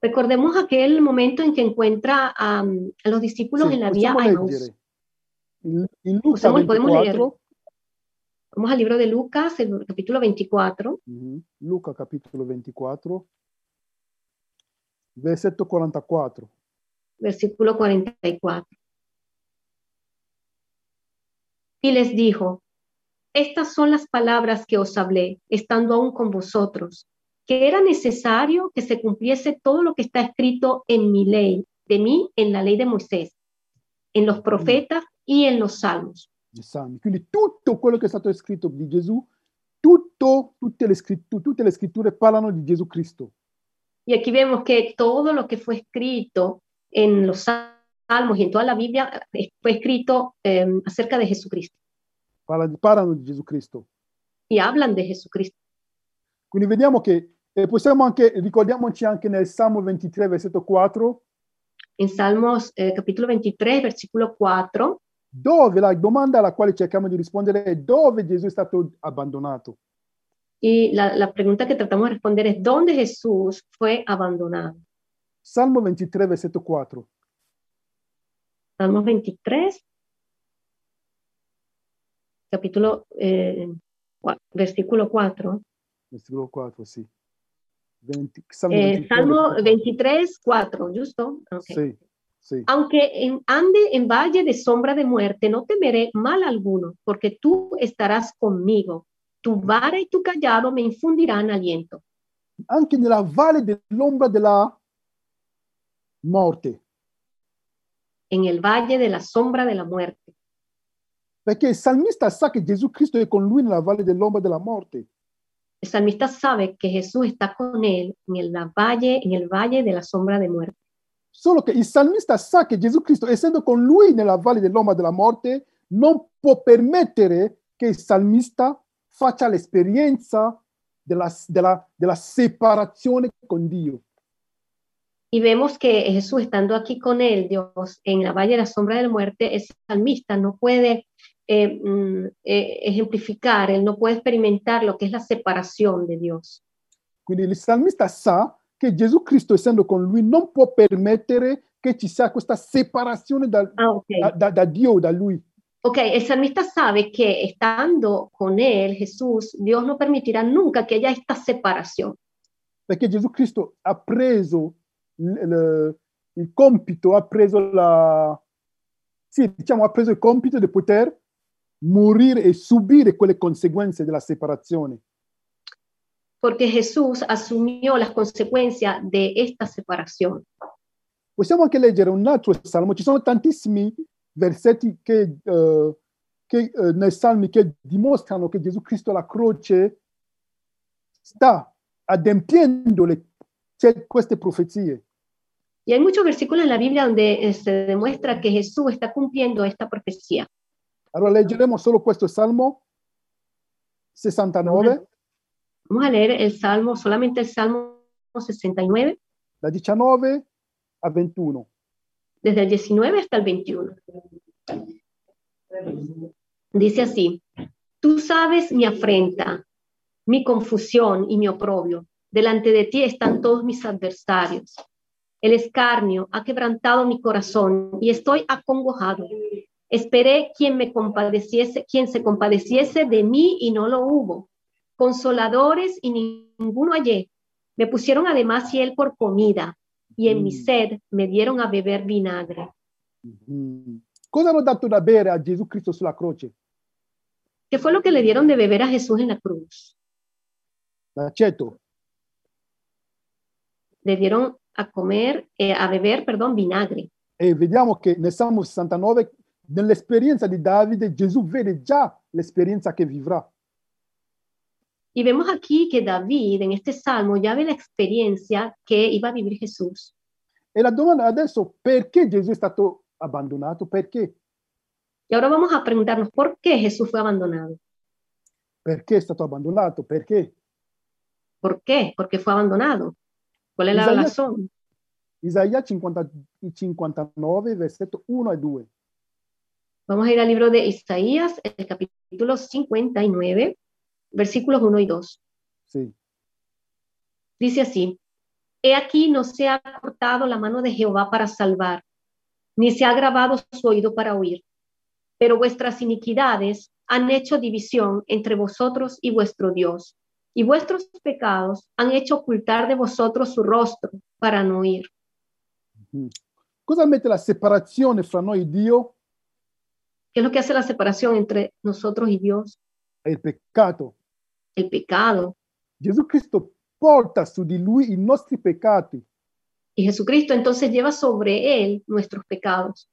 [SPEAKER 2] Recordemos aquel momento en que encuentra a, um, a los discípulos
[SPEAKER 1] Sì,
[SPEAKER 2] en la vía
[SPEAKER 1] possiamo
[SPEAKER 2] a Emaús.
[SPEAKER 1] leggere. In, in Luca
[SPEAKER 2] Possiamo- podemos
[SPEAKER 1] 24,
[SPEAKER 2] Vamos al libro de Lucas, el capítulo 24.
[SPEAKER 1] Mhm. Luca capitolo 24, versetto 44.
[SPEAKER 2] versículo 44. Y les dijo, estas son las palabras que os hablé, estando aún con vosotros, que era necesario que se cumpliese todo lo que está escrito en mi ley, de mí en la ley de Moisés, en los profetas y en los salmos.
[SPEAKER 1] di Salmi. Quindi tutto quello che è stato scritto di Gesù, tutto, tutte, le scrittu- tutte le scritture parlano di Gesù Cristo.
[SPEAKER 2] Y aquí vemos que todo lo que fue escrito en los salmos y en toda la Biblia eh, fue escrito eh, acerca de Jesucristo
[SPEAKER 1] Parla- parlano di Gesù Cristo.
[SPEAKER 2] y hablan de Jesucristo.
[SPEAKER 1] Quindi vediamo che, e possiamo anche, ricordiamoci anche nel Salmo 23, versetto 4,
[SPEAKER 2] en Salmos eh, capítulo 23, versículo 4,
[SPEAKER 1] dove la domanda alla quale cerchiamo di rispondere è dove Gesù è stato abbandonato.
[SPEAKER 2] y la, la pregunta que tratamos de responder es, ¿dónde Jesús fue abandonado?
[SPEAKER 1] Salmo 23, versetto 4.
[SPEAKER 2] Salmos 23, capítulo, eh, cua- versículo 4.
[SPEAKER 1] Versículo 4, sì. 20 Salmo
[SPEAKER 2] Eh,
[SPEAKER 1] 23,
[SPEAKER 2] Salmo
[SPEAKER 1] versetto
[SPEAKER 2] 23, 4, ¿justo? Ok.
[SPEAKER 1] 4. Sì, sì.
[SPEAKER 2] Aunque en- ande en valle de sombra de muerte, no temeré mal alguno, porque tú estarás conmigo. Tu vara y tu callado me infundirán aliento.
[SPEAKER 1] Anche nella valle dell'ombra della morte.
[SPEAKER 2] En el valle de la sombra de la muerte.
[SPEAKER 1] Perché il salmista sa che Gesù Cristo è con lui nella valle dell'ombra della morte.
[SPEAKER 2] El salmista sabe que Jesús está con él en el, la valle, en el valle de la sombra de muerte.
[SPEAKER 1] Solo che il salmista sa che Gesù Cristo, essendo con lui nella valle dell'ombra della morte, non può permettere che il salmista faccia l'esperienza della, della- della separazione con Dio.
[SPEAKER 2] Y vemos que Jesús estando aquí con él, Dios, en la valle de la sombra de la muerte, el salmista no puede eh, mm, eh, ejemplificar, él no puede experimentar lo que es la separación de Dios.
[SPEAKER 1] Quindi il salmista sa che Gesù Cristo, essendo con lui, non può permettere che ci sia questa separazione da,
[SPEAKER 2] Ah, ok.
[SPEAKER 1] da- da- da Dio, da lui.
[SPEAKER 2] Ok, el salmista sabe que estando con él, Jesús, Dios no permitirá nunca que haya esta separación.
[SPEAKER 1] perché Gesù Cristo ha preso il, il compito, ha preso, la, sì, diciamo, ha preso il compito di poter morir y subir con las consecuencias de la separación.
[SPEAKER 2] Porque Jesús asumió las consecuencias de esta separación.
[SPEAKER 1] Possiamo anche leggere un altro salmo, ci sono tantissimi versetti che, uh, che, uh, nei salmi che dimostrano che Gesù Cristo alla croce sta adempiendo le, cioè, queste profezie.
[SPEAKER 2] Y hay muchos versículos en la Biblia donde eh, se demuestra que Jesús está cumpliendo esta profecía.
[SPEAKER 1] Allora leggeremo solo questo Salmo 69.
[SPEAKER 2] Vamos a leer el Salmo, solamente el Salmo 69,
[SPEAKER 1] Da 19 a 21.
[SPEAKER 2] desde el 19 hasta el 21. Dice así, tú sabes mi afrenta, mi confusión y mi oprobio. Delante de ti están todos mis adversarios. El escarnio ha quebrantado mi corazón y estoy acongojado. Esperé quien me compadeciese, quien se compadeciese de mí y no lo hubo. Consoladores y ninguno hallé. Me pusieron además hiel por comida y en mi sed me dieron a beber vinagre.
[SPEAKER 1] Mhm. Cosa hanno dato da bere a Gesù Cristo sulla croce?
[SPEAKER 2] ¿Qué fue lo que le dieron de beber a Jesús en la cruz?
[SPEAKER 1] L'aceto.
[SPEAKER 2] Le dieron a comer, eh, a beber, perdón, vinagre.
[SPEAKER 1] E vediamo che nel Salmo 69, nell'esperienza di Davide, Gesù vede già l'esperienza che vivrà.
[SPEAKER 2] Y vemos aquí que David en este salmo ya ve la experiencia que iba a vivir Jesús.
[SPEAKER 1] E la domanda è adesso, perché Gesù è stato abbandonato? Perché?
[SPEAKER 2] Y ahora vamos a preguntarnos por qué Jesús fue abandonado.
[SPEAKER 1] Perché è stato abbandonato? Perché?
[SPEAKER 2] ¿Por qué? ¿Por qué fue abandonado? ¿Cuál es la
[SPEAKER 1] Isaías-
[SPEAKER 2] razón?
[SPEAKER 1] Isaia 50 59, versetto 1 e 2.
[SPEAKER 2] Vamos a ir al libro de Isaías, el capítulo 59, versículos 1 y 2.
[SPEAKER 1] Sì.
[SPEAKER 2] Dice así, He aquí no se ha cortado la mano de Jehová para salvar, ni se ha grabado su oído para oír, pero vuestras iniquidades han hecho división entre vosotros y vuestro Dios, y vuestros pecados han hecho ocultar de vosotros su rostro para no oír.
[SPEAKER 1] Mm. Cosa mette la separazione fra noi e Dio?
[SPEAKER 2] ¿Qué es lo que hace la separación entre nosotros y Dios?
[SPEAKER 1] È il peccato.
[SPEAKER 2] El pecado.
[SPEAKER 1] Gesù Cristo porta su di lui i nostri peccati,
[SPEAKER 2] Y Jesucristo entonces lleva sobre él nuestros pecados.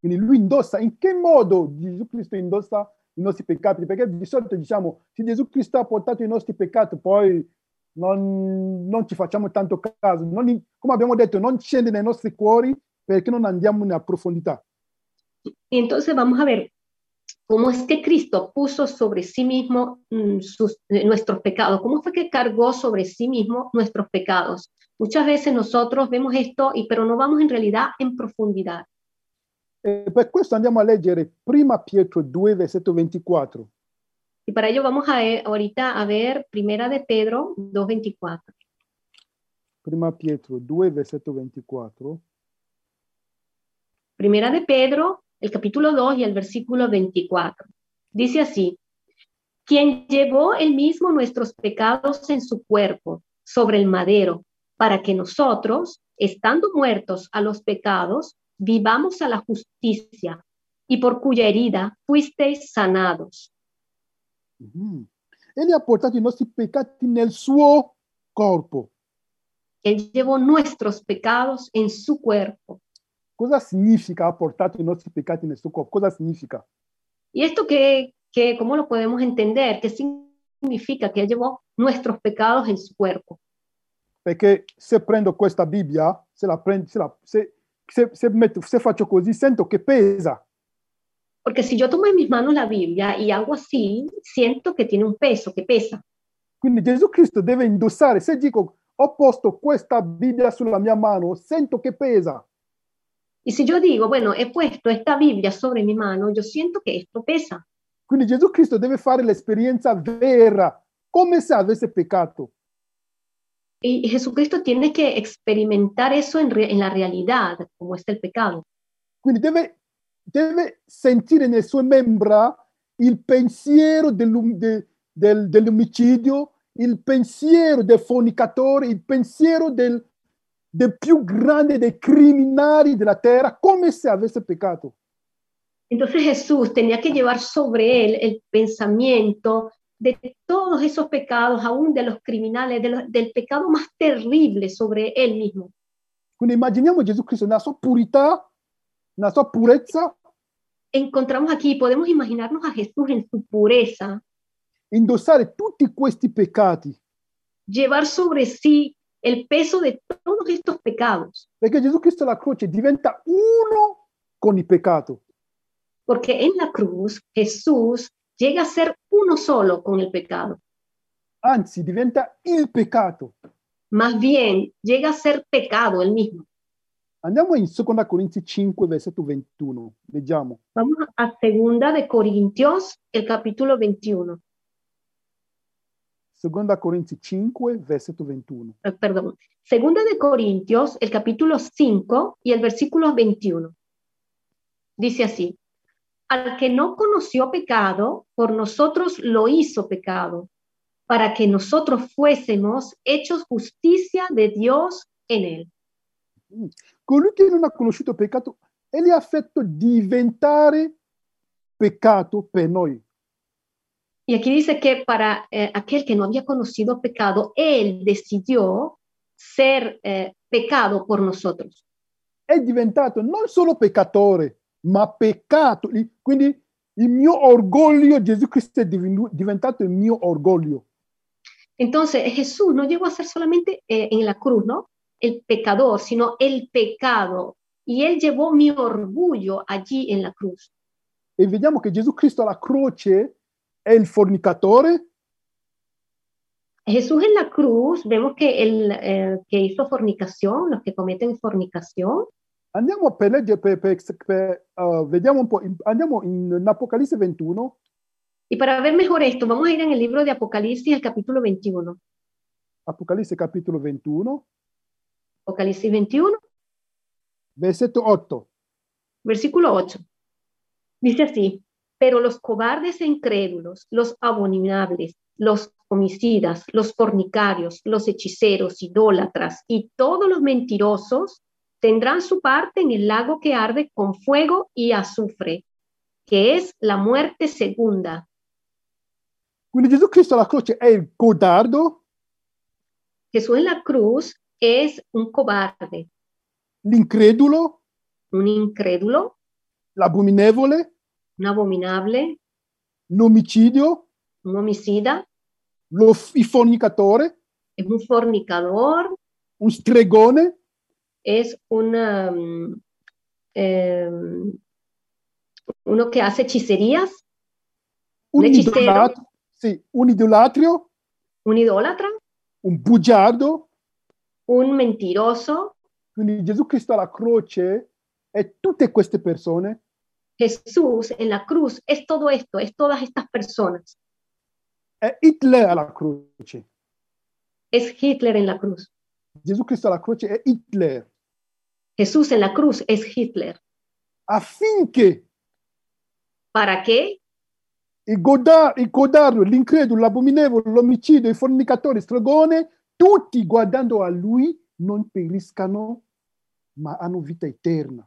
[SPEAKER 1] quindi lui indossa. In che modo Gesù Cristo indossa i nostri peccati? Perché di solito diciamo, se Gesù Cristo ha portato i nostri peccati, poi non, non ci facciamo tanto caso. Non li- come abbiamo detto, non scende nei nostri cuori perché non andiamo in profondità.
[SPEAKER 2] Y entonces vamos a ver cómo es que Cristo puso sobre sí mismo mm, sus- eh, nuestros pecados, cómo fue que cargó sobre sí mismo nuestros pecados. Muchas veces nosotros vemos esto, y, pero no vamos en realidad en profundidad.
[SPEAKER 1] E per questo andiamo a leggere prima Pietro 2, versetto 24.
[SPEAKER 2] Y para ello vamos a eh, ahorita a ver Primera de Pedro 2.24.
[SPEAKER 1] Prima Pietro 2, versetto 24.
[SPEAKER 2] Primera de Pedro, el capítulo 2 y el versículo 24. Dice así, quien llevó él mismo nuestros pecados en su cuerpo sobre el madero, para que nosotros, estando muertos a los pecados, vivamos a la justicia, y por cuya herida fuisteis sanados.
[SPEAKER 1] Mhm. Egli ha portato i nostri peccati nel suo corpo.
[SPEAKER 2] Él llevó nuestros pecados en su cuerpo.
[SPEAKER 1] Cosa significa ha portato i nostri peccati nel suo corpo? Cosa significa?
[SPEAKER 2] ¿Y esto qué, qué, cómo lo podemos entender? ¿Qué significa que él llevó nuestros pecados en su cuerpo?
[SPEAKER 1] Perché se prendo questa Bibbia, se la prendo, se, la- se- se- se metto- se faccio così, sento che pesa.
[SPEAKER 2] Porque si yo tomo en mis manos la Biblia y hago así, siento que tiene un peso, que pesa.
[SPEAKER 1] Quindi Gesù Cristo deve indossare. Se dico ho posto questa Bibbia sulla mia mano, sento che pesa.
[SPEAKER 2] Y si yo digo, bueno, he puesto esta Biblia sobre mi mano, yo siento que esto pesa.
[SPEAKER 1] Quindi Gesù Cristo deve fare l'esperienza vera, come se avesse peccato.
[SPEAKER 2] Y Jesucristo tiene que experimentar eso en, re- en la realidad, como es el pecado.
[SPEAKER 1] Quindi deve, deve sentire nelle sue membra il pensiero dell'um- de- del- dell'omicidio, il pensiero del fornicatore, il pensiero del, del più grande dei criminali della terra, come se avesse peccato.
[SPEAKER 2] Entonces Jesús tenía que llevar sobre él el pensamiento de todos esos pecados, aún de los criminales, de los- del pecado más terrible sobre él mismo.
[SPEAKER 1] Quindi immaginiamo Gesù Cristo nella sua purità, nella sua purezza,
[SPEAKER 2] Encontramos aquí, podemos imaginarnos a Jesús en su pureza,
[SPEAKER 1] indossare tutti questi peccati.
[SPEAKER 2] llevar sobre sí el peso de todos estos pecados,
[SPEAKER 1] Perché Gesù Cristo alla croce diventa uno con il peccato.
[SPEAKER 2] porque en la cruz Jesús llega a ser uno solo con el pecado,
[SPEAKER 1] Anzi, diventa il peccato.
[SPEAKER 2] más bien llega a ser pecado él mismo.
[SPEAKER 1] Andiamo in 2 Corinzi 5, versetto 21. Leggiamo.
[SPEAKER 2] Vamos a segunda de Corintios, el capítulo 21.
[SPEAKER 1] 2 Corinzi 5, versetto 21.
[SPEAKER 2] eh, perdón, Segunda de Corintios, el capítulo 5 y el versículo 21. Dice así, al que no conoció pecado, por nosotros lo hizo pecado, para que nosotros fuésemos hechos justicia de Dios en él.
[SPEAKER 1] Colui che non ha conosciuto peccato, egli ha fatto diventare peccato per noi.
[SPEAKER 2] Y aquí dice que para eh, aquel que no había conocido pecado, él decidió ser eh, pecado por nosotros.
[SPEAKER 1] È diventato non solo peccatore, ma peccato. Quindi il mio orgoglio, Gesù Cristo è divenu- diventato il mio orgoglio.
[SPEAKER 2] Entonces Jesús no llegó a ser solamente eh, en la cruz, ¿no? El pecador, sino el pecado. Y él llevó mi orgullo allí en la cruz.
[SPEAKER 1] E vediamo che Gesù Cristo alla croce è il fornicatore,
[SPEAKER 2] Jesús en la cruz, vemos que el eh, que hizo fornicación, los que cometen fornicación,
[SPEAKER 1] Andiamo per leggere, per- per- per, uh, vediamo un po', in- andiamo in, in Apocalisse 21,
[SPEAKER 2] y para ver mejor esto, vamos a ir en el libro de Apocalipsis, el capítulo 21.
[SPEAKER 1] Apocalisse capitolo 21,
[SPEAKER 2] Apocalipsis 21,
[SPEAKER 1] versetto 8.
[SPEAKER 2] versículo 8. Dice así, pero los cobardes e incrédulos, los abominables, los homicidas, los fornicarios, los hechiceros, idólatras y todos los mentirosos tendrán su parte en el lago que arde con fuego y azufre, que es la muerte segunda.
[SPEAKER 1] Quindi Gesù Cristo alla croce è il codardo,
[SPEAKER 2] Jesús en la cruz es un cobarde,
[SPEAKER 1] l'incredulo,
[SPEAKER 2] un incrédulo,
[SPEAKER 1] l'abominevole,
[SPEAKER 2] un abominable,
[SPEAKER 1] l'omicidio,
[SPEAKER 2] un homicida,
[SPEAKER 1] lo- il fornicatore,
[SPEAKER 2] es un fornicador,
[SPEAKER 1] un stregone,
[SPEAKER 2] es una, mm, em, uno que hace hechicerías,
[SPEAKER 1] un,
[SPEAKER 2] Un hechicero.
[SPEAKER 1] idolat- sì, un idolatrio,
[SPEAKER 2] un idólatra,
[SPEAKER 1] un bugiardo.
[SPEAKER 2] un mentiroso.
[SPEAKER 1] Quindi Gesù Cristo alla croce è tutte queste persone
[SPEAKER 2] Jesús en la cruz es todo esto, es todas estas personas.
[SPEAKER 1] È Hitler alla croce.
[SPEAKER 2] Es Hitler en la cruz.
[SPEAKER 1] Gesù Cristo alla croce è Hitler
[SPEAKER 2] Jesús en la cruz es Hitler.
[SPEAKER 1] affinché
[SPEAKER 2] ¿Para qué?
[SPEAKER 1] il, goda- il codardo, l'incredulo, l'abominevole, l'omicidio, i fornicatori, il stregone, tutti guardando a lui non periscano, ma hanno vita eterna.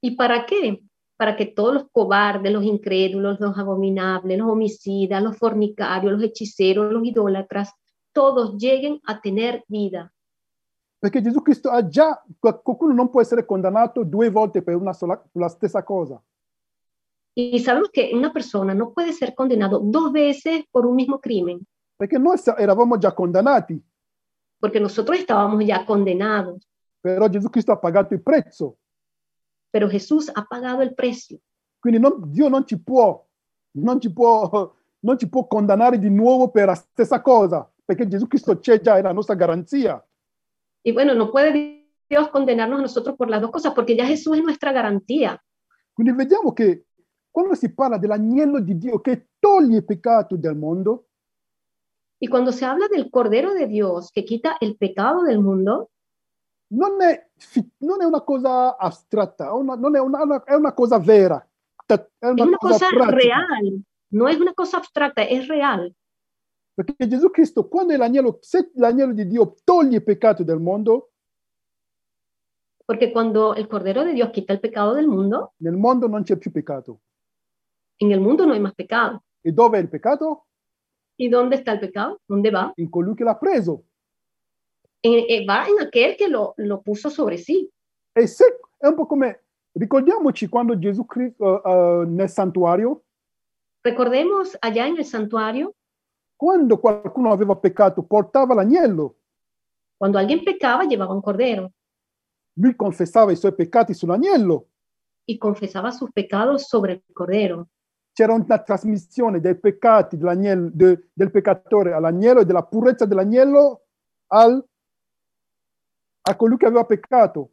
[SPEAKER 2] ¿Y para qué? Para que todos los cobardes, los incrédulos, los abominables, los homicidas, los fornicarios, los hechiceros, los idólatras, todos lleguen a tener vida.
[SPEAKER 1] Perché Gesù Cristo ha già, qualcuno non può essere condannato due volte per una sola, per la stessa cosa.
[SPEAKER 2] Y sabemos que una persona no puede ser condenado dos veces por un mismo crimen,
[SPEAKER 1] Perché noi sa- eravamo già condannati,
[SPEAKER 2] porque nosotros estábamos ya condenados,
[SPEAKER 1] però Gesù Cristo ha pagato il prezzo.
[SPEAKER 2] pero Jesús ha pagado el precio.
[SPEAKER 1] Quindi non- Dio non ci, può, non, ci può, non ci può condannare di nuovo per la stessa cosa, perché Gesù Cristo c'è già, è la nostra garanzia.
[SPEAKER 2] Y bueno, no puede Dios condenarnos a nosotros por las dos cosas, porque ya Jesús es nuestra garantía.
[SPEAKER 1] Quindi vediamo che quando si parla dell'agnello di Dio che toglie il peccato del mondo,
[SPEAKER 2] Y cuando se habla del Cordero de Dios que quita el pecado del mundo,
[SPEAKER 1] non è, fi- non è una cosa astratta, è una, non è, una, è una cosa vera. ta- È
[SPEAKER 2] es una cosa
[SPEAKER 1] pratica.
[SPEAKER 2] real, no es una cosa abstracta, es real.
[SPEAKER 1] Perché Gesù Cristo, quando è l'agnello, se l'agnello di Dio toglie il peccato del mondo,
[SPEAKER 2] Porque cuando el Cordero de Dios quita el pecado del mundo,
[SPEAKER 1] Nel mondo non c'è più peccato.
[SPEAKER 2] en el mundo no hay más pecado.
[SPEAKER 1] E dove è il peccato?
[SPEAKER 2] ¿Y dónde está el pecado? ¿Dónde va?
[SPEAKER 1] In colui che l'ha preso.
[SPEAKER 2] En- eh, va en aquel que lo, lo puso sobre sí.
[SPEAKER 1] E se è un po' come, ricordiamoci quando Gesù Cristo eh, eh, nel santuario,
[SPEAKER 2] Recordemos allá en el santuario,
[SPEAKER 1] quando qualcuno aveva peccato, portava l'agnello,
[SPEAKER 2] cuando alguien pecaba, llevaba un cordero
[SPEAKER 1] lui confessava i suoi peccati sull'agnello.
[SPEAKER 2] y confesaba sus pecados sobre el cordero.
[SPEAKER 1] C'era una trasmissione dei peccati dell'agnello- de- del peccatore all'agnello e della purezza dell'agnello al, a colui che aveva peccato.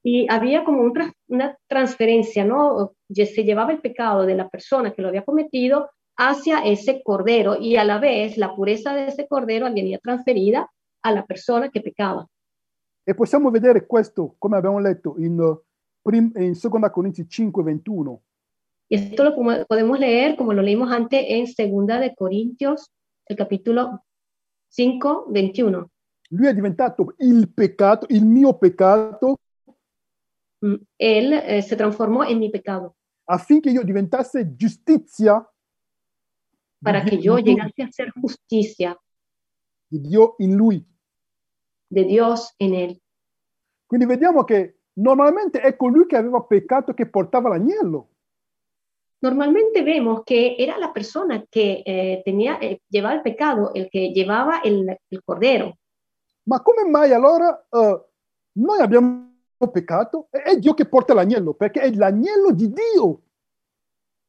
[SPEAKER 2] Y había como un tras- una transferencia, ¿no? Ye- Se llevaba el pecado de la persona que lo había cometido hacia ese cordero y a la vez la pureza de ese cordero venía transferida a la persona que pecaba.
[SPEAKER 1] E possiamo vedere questo, come abbiamo letto, in, eh, prim- in 2 Corinzi 5, 21.
[SPEAKER 2] Y esto lo pomo- podemos leer, como lo leímos antes, en 2 de Corintios, el capítulo 5, 21.
[SPEAKER 1] Lui è diventato il peccato, il mio peccato,
[SPEAKER 2] Mm, Él eh, se transformó en mi pecado
[SPEAKER 1] affinché io diventasse giustizia
[SPEAKER 2] para
[SPEAKER 1] di,
[SPEAKER 2] que yo
[SPEAKER 1] di Dio-
[SPEAKER 2] llegase a hacer justicia
[SPEAKER 1] di Dio in lui.
[SPEAKER 2] de Dios en él.
[SPEAKER 1] Quindi vediamo che normalmente è colui che aveva peccato che portava l'agnello.
[SPEAKER 2] Normalmente vemos que era la persona que eh, tenía, eh, llevaba el pecado, el que llevaba el, el cordero.
[SPEAKER 1] Ma come mai allora eh, noi abbiamo peccato e è Dio che porta l'agnello? Perché è l'agnello di Dio.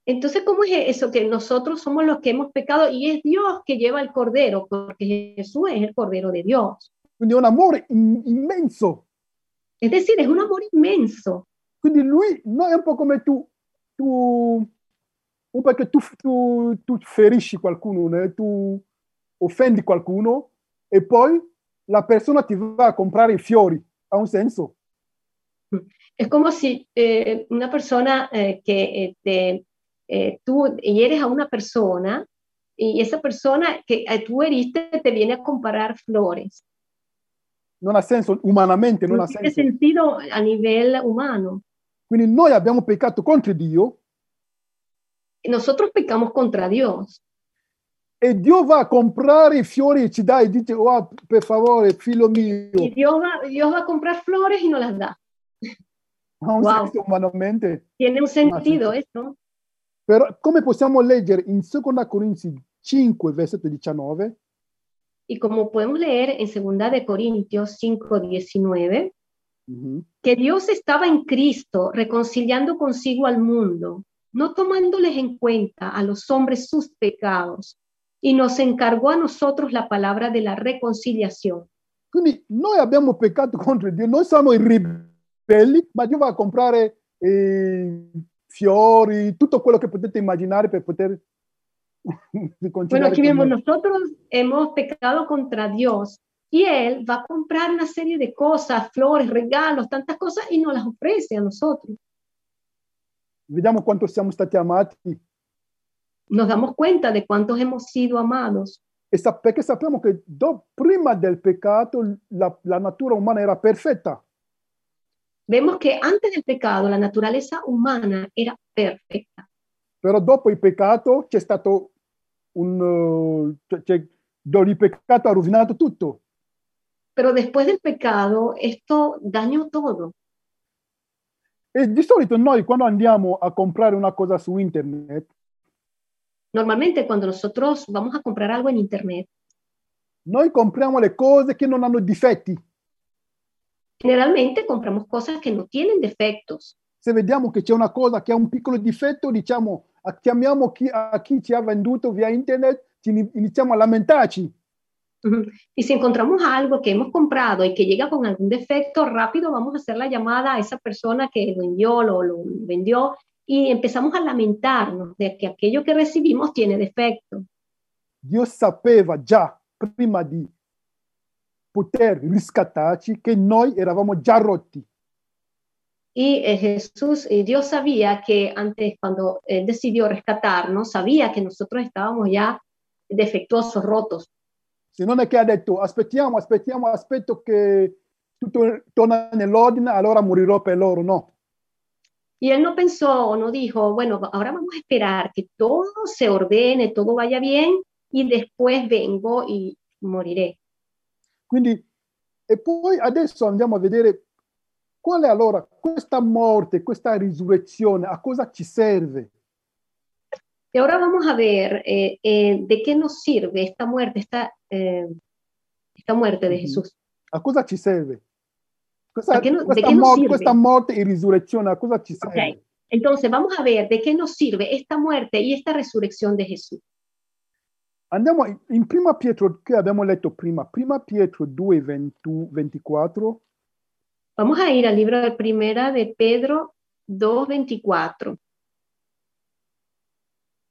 [SPEAKER 2] Entonces, ¿cómo es eso? Que nosotros somos los que hemos pecado y es Dios que lleva el cordero, porque Jesús es el cordero de Dios.
[SPEAKER 1] Quindi è un amore im- immenso.
[SPEAKER 2] Es decir, es un amor inmenso.
[SPEAKER 1] Quindi lui no, è un po' come tu, tu un po' che tu, tu, tu ferisci qualcuno, né? tu offendi qualcuno e poi la persona ti va a comprare i fiori. Ha un senso?
[SPEAKER 2] Es como si eh, una persona eh, que eh, te, eh, tú hieres a una persona y esa persona que eh, tú heriste te viene a comparar flores.
[SPEAKER 1] Non ha senso umanamente, non
[SPEAKER 2] No
[SPEAKER 1] ha
[SPEAKER 2] tiene
[SPEAKER 1] senso.
[SPEAKER 2] sentido a nivel humano.
[SPEAKER 1] Quindi noi abbiamo peccato contro Dio
[SPEAKER 2] Nosotros pecamos contra Dios
[SPEAKER 1] e Dio va a comprare i fiori e ci dà e dice, oh, per favore, figlio
[SPEAKER 2] y
[SPEAKER 1] mio,
[SPEAKER 2] Dios va, Dios va a comprar flores y no las da.
[SPEAKER 1] ha un
[SPEAKER 2] Wow.
[SPEAKER 1] senso umanamente.
[SPEAKER 2] Tiene un sentido
[SPEAKER 1] Ah,
[SPEAKER 2] eso.
[SPEAKER 1] Però come possiamo leggere in 2 Corinzi 5, versetto 19?
[SPEAKER 2] Y como podemos leer en 2 de Corintios 5, 19,
[SPEAKER 1] Mhm.
[SPEAKER 2] que Dios estaba en Cristo reconciliando consigo al mundo, no tomándoles en cuenta a los hombres sus pecados, y nos encargó a nosotros la palabra de la reconciliación.
[SPEAKER 1] Quindi noi abbiamo peccato contro Dio, noi siamo i ribelli, ma Dio va a comprare eh, fiori, tutto quello che potete immaginare per poter
[SPEAKER 2] Bueno,
[SPEAKER 1] continuare
[SPEAKER 2] aquí
[SPEAKER 1] con
[SPEAKER 2] vemos,
[SPEAKER 1] noi.
[SPEAKER 2] nosotros hemos pecado contra Dios y Él va a comprar una serie de cosas, flores, regalos, tantas cosas y nos las ofrece a nosotros.
[SPEAKER 1] Vediamo quanto siamo stati amati
[SPEAKER 2] Nos damos cuenta de cuántos hemos sido amados,
[SPEAKER 1] e sa- perché sappiamo che do- prima del peccato la, la natura umana era perfetta,
[SPEAKER 2] vemos que antes del pecado la naturaleza humana era perfecta.
[SPEAKER 1] però dopo il peccato c'è stato un... eh, cioè- cioè, do- il peccato ha rovinato tutto.
[SPEAKER 2] Pero después del pecado, esto dañó todo.
[SPEAKER 1] E di solito noi quando andiamo a comprare una cosa su internet,
[SPEAKER 2] Normalmente cuando nosotros vamos a comprar algo en Internet,
[SPEAKER 1] Noi compriamo le cose che non hanno difetti.
[SPEAKER 2] generalmente compramos cosas que no tienen defectos.
[SPEAKER 1] Se vediamo che c'è una cosa che ha un piccolo difetto, diciamo, a- chiamiamo chi, a chi ci ha venduto via internet, ci ini- iniziamo a lamentarci.
[SPEAKER 2] Ujú. Y si encontramos algo que hemos comprado y que llega con algún defecto, rápido vamos a hacer la llamada a esa persona que lo envió, lo, lo vendió, y empezamos a lamentarnos de que aquello que recibimos tiene defecto.
[SPEAKER 1] Dio sapeva già prima di poter riscattarci che noi eravamo già rotti.
[SPEAKER 2] Y eh, Jesús, eh, Dios sabía que antes, cuando Él decidió rescatarnos, sabía que nosotros estábamos ya defectuosos, rotos.
[SPEAKER 1] Se non è che ha detto aspettiamo, aspettiamo, aspetto che tutto torna nell'ordine, allora morirò per loro. No.
[SPEAKER 2] Y él no pensó o no dijo, bueno, ahora vamos a esperar que todo se ordene, todo vaya bien y después vengo y moriré.
[SPEAKER 1] Quindi, e poi adesso andiamo a vedere qual è allora questa morte, questa risurrezione, a cosa ci serve?
[SPEAKER 2] Y ahora vamos a ver eh, eh, de qué nos sirve esta muerte, esta, eh, esta muerte de
[SPEAKER 1] Ujú.
[SPEAKER 2] Jesús.
[SPEAKER 1] A cosa ci serve? Questa,
[SPEAKER 2] A che no-
[SPEAKER 1] questa
[SPEAKER 2] di che non
[SPEAKER 1] mor-
[SPEAKER 2] serve?
[SPEAKER 1] questa morte e risurrezione, a cosa ci serve?
[SPEAKER 2] Ok. Entonces vamos a ver de qué nos sirve esta muerte y esta resurrección de Jesús.
[SPEAKER 1] Andiamo in, in prima Pietro, che abbiamo letto prima, prima Pietro 2, 20 24.
[SPEAKER 2] Vamos a ir al libro de primera de Pedro 2.24.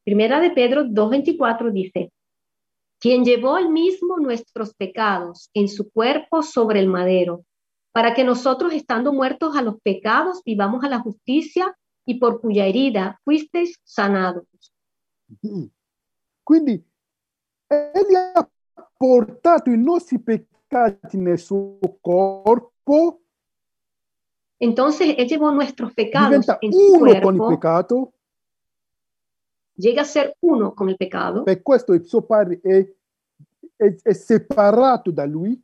[SPEAKER 2] Primera de Pedro 2.24 dice, quien llevó él mismo nuestros pecados en su cuerpo sobre el madero, para que nosotros estando muertos a los pecados vivamos a la justicia y por cuya herida fuisteis sanados.
[SPEAKER 1] Mm. Quindi egli ha portato i nostri peccati nel suo corpo,
[SPEAKER 2] Entonces él llevó nuestros pecados
[SPEAKER 1] diventa
[SPEAKER 2] en su
[SPEAKER 1] uno con il
[SPEAKER 2] cuerpo,
[SPEAKER 1] peccato,
[SPEAKER 2] llega a ser uno con el pecado.
[SPEAKER 1] per questo il suo padre è, è- è separato da lui,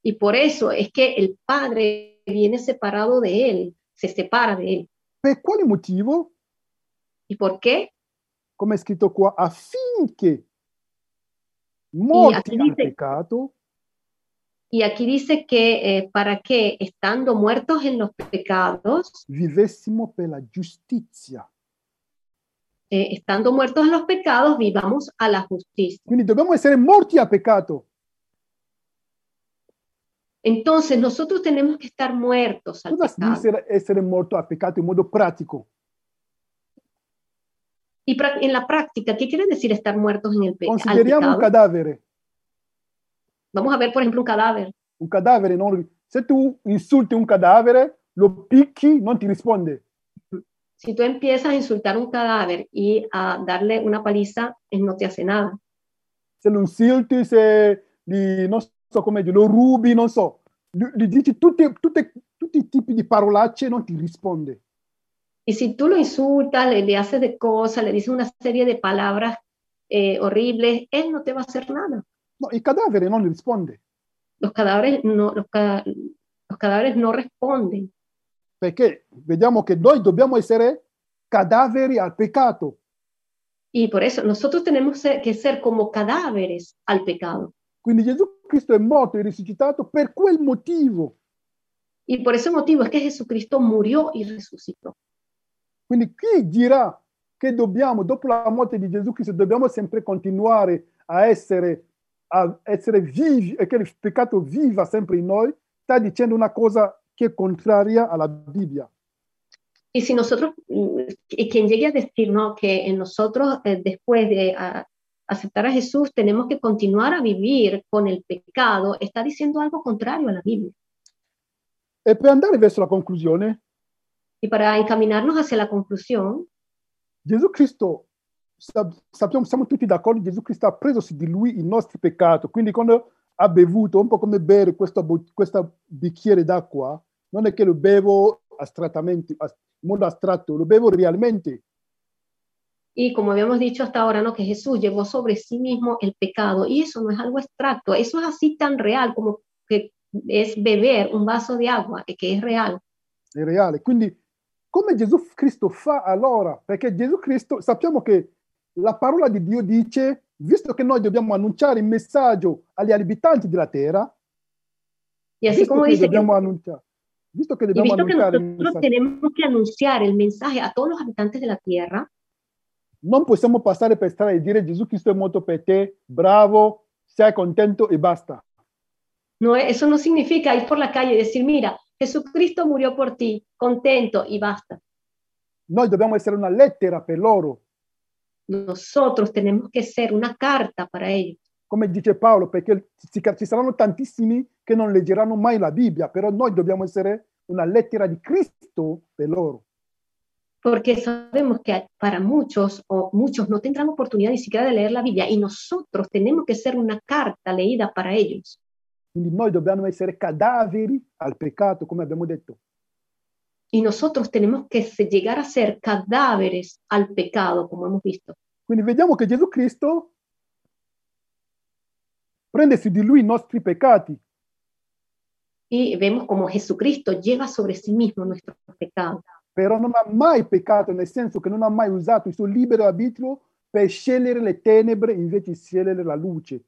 [SPEAKER 2] Y por eso es que el Padre viene separado de él, se separa de él.
[SPEAKER 1] per quale motivo?
[SPEAKER 2] ¿Y por qué?
[SPEAKER 1] Come è scritto qua, affinché morti
[SPEAKER 2] Sì,
[SPEAKER 1] al
[SPEAKER 2] affinché-
[SPEAKER 1] peccato,
[SPEAKER 2] Y aquí dice que eh, para que estando muertos en los pecados,
[SPEAKER 1] vivessimo per la giustizia.
[SPEAKER 2] eh, estando muertos en los pecados, vivamos a la justicia.
[SPEAKER 1] Quindi dobbiamo essere morti al peccato.
[SPEAKER 2] Entonces nosotros tenemos que estar muertos al
[SPEAKER 1] Cosa
[SPEAKER 2] pecado.
[SPEAKER 1] significa essere morto al peccato in modo pratico?
[SPEAKER 2] Y pra- en la práctica, ¿qué quiere decir estar muertos en el pe- al
[SPEAKER 1] Consideriamo un
[SPEAKER 2] pecado?
[SPEAKER 1] cadavere.
[SPEAKER 2] Vamos a ver, por ejemplo, un cadáver.
[SPEAKER 1] un cadavere non- se tu insulti un cadavere, lo picchi, non ti risponde.
[SPEAKER 2] Si tú empiezas a insultar un cadáver y a darle una paliza, él no te hace nada.
[SPEAKER 1] Se lo insulti, se gli, non so come dire, lo rubi, non so, gli, gli dici tutte- tutte- tutti i tipi di parolacce, non ti risponde.
[SPEAKER 2] Y si tú lo insultas, le, le haces de cosas, le dices una serie de palabras eh, horribles, él no te va a hacer nada.
[SPEAKER 1] No, il cadavere non risponde
[SPEAKER 2] Los cadáveres no, los, ca- los cadáveres no responden,
[SPEAKER 1] perché vediamo che noi dobbiamo essere cadaveri al peccato.
[SPEAKER 2] y por eso nosotros tenemos ser- que ser como cadáveres al pecado.
[SPEAKER 1] Quindi Gesù Cristo è morto e risuscitato per quel motivo.
[SPEAKER 2] Y por ese motivo es que Jesucristo murió y resucitó.
[SPEAKER 1] Quindi chi dirà che dobbiamo, dopo la morte di Gesù Cristo, dobbiamo sempre continuare a essere, a essere vivi e che il peccato viva sempre in noi, sta dicendo una cosa che è contraria alla Bibbia.
[SPEAKER 2] Y si nosotros, mm, y quien llegue a decir, no, que en nosotros eh, después de ah, aceptar a Jesús tenemos que continuar a vivir con el pecado, está diciendo algo contrario a la Biblia.
[SPEAKER 1] E per andare verso la conclusione,
[SPEAKER 2] Y para encaminarnos hacia la conclusión,
[SPEAKER 1] Gesù Cristo, sa- sappiamo, siamo tutti d'accordo, Gesù Cristo ha preso su di lui il nostro peccato. Quindi quando ha bevuto, un po' come bere questo, bo- questo bicchiere d'acqua, non è che lo bevo astrattamente, as- in modo astratto, lo bevo realmente.
[SPEAKER 2] y como habíamos dicho hasta ahora, ¿no? que Jesús llevó sobre sí mismo el pecado, y eso no es algo abstracto, eso es así tan real como que es beber un vaso de agua, que- que es real.
[SPEAKER 1] è reale. Quindi, come Gesù Cristo fa allora? Perché Gesù Cristo, sappiamo che la parola di Dio dice, visto che noi dobbiamo annunciare il messaggio agli abitanti della terra,
[SPEAKER 2] Y así
[SPEAKER 1] visto
[SPEAKER 2] como
[SPEAKER 1] che
[SPEAKER 2] dice, que-
[SPEAKER 1] dobbiamo annunciare, visto che
[SPEAKER 2] y
[SPEAKER 1] dobbiamo
[SPEAKER 2] visto que
[SPEAKER 1] annunciare il
[SPEAKER 2] nosotros
[SPEAKER 1] messaggio,
[SPEAKER 2] tenemos que anunciar el mensaje a todos los habitantes de la tierra,
[SPEAKER 1] non possiamo passare per strada e dire Gesù Cristo è morto per te, bravo, sei contento e basta.
[SPEAKER 2] no, es- eso no significa ir por la calle y decir, mira, Jesucristo murió por ti, contento y basta.
[SPEAKER 1] Noi dobbiamo essere una lettera per loro,
[SPEAKER 2] Nosotros tenemos que ser una carta para ellos.
[SPEAKER 1] come dice Paolo, perché ci ci saranno tantissimi che non leggeranno mai la Bibbia, però noi dobbiamo essere una lettera di Cristo per loro.
[SPEAKER 2] porque sabemos que para muchos o muchos no tendrán oportunidad ni siquiera de leer la Biblia y nosotros tenemos que ser una carta leída para ellos.
[SPEAKER 1] Quindi noi dobbiamo essere cadaveri al peccato, come abbiamo detto.
[SPEAKER 2] Y nosotros tenemos que se- llegar a ser cadáveres al pecado, como hemos visto.
[SPEAKER 1] Quindi vediamo che Gesù Cristo prende su di lui i nostri peccati
[SPEAKER 2] Y vemos como Jesucristo lleva sobre sí mismo nuestros pecados.
[SPEAKER 1] però non ha mai peccato, nel senso che non ha mai usato il suo libero arbitrio per scegliere le tenebre invece di scegliere la luce.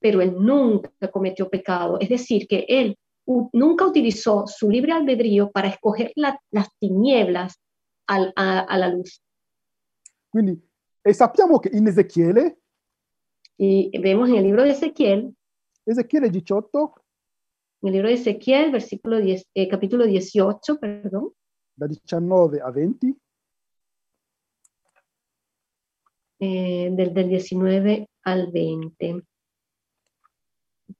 [SPEAKER 2] pero él nunca cometió pecado. Es decir, que él u- nunca utilizó su libre albedrío para escoger la- las tinieblas al- a, a la luz.
[SPEAKER 1] Quindi, e sappiamo che in Ezechiele,
[SPEAKER 2] Y vemos en el libro de Ezequiel,
[SPEAKER 1] Ezechiele 18,
[SPEAKER 2] en el libro de Ezequiel, versículo 10, eh, capítulo 18, perdón,
[SPEAKER 1] da 19 a 20,
[SPEAKER 2] eh, del, del 19 al 20.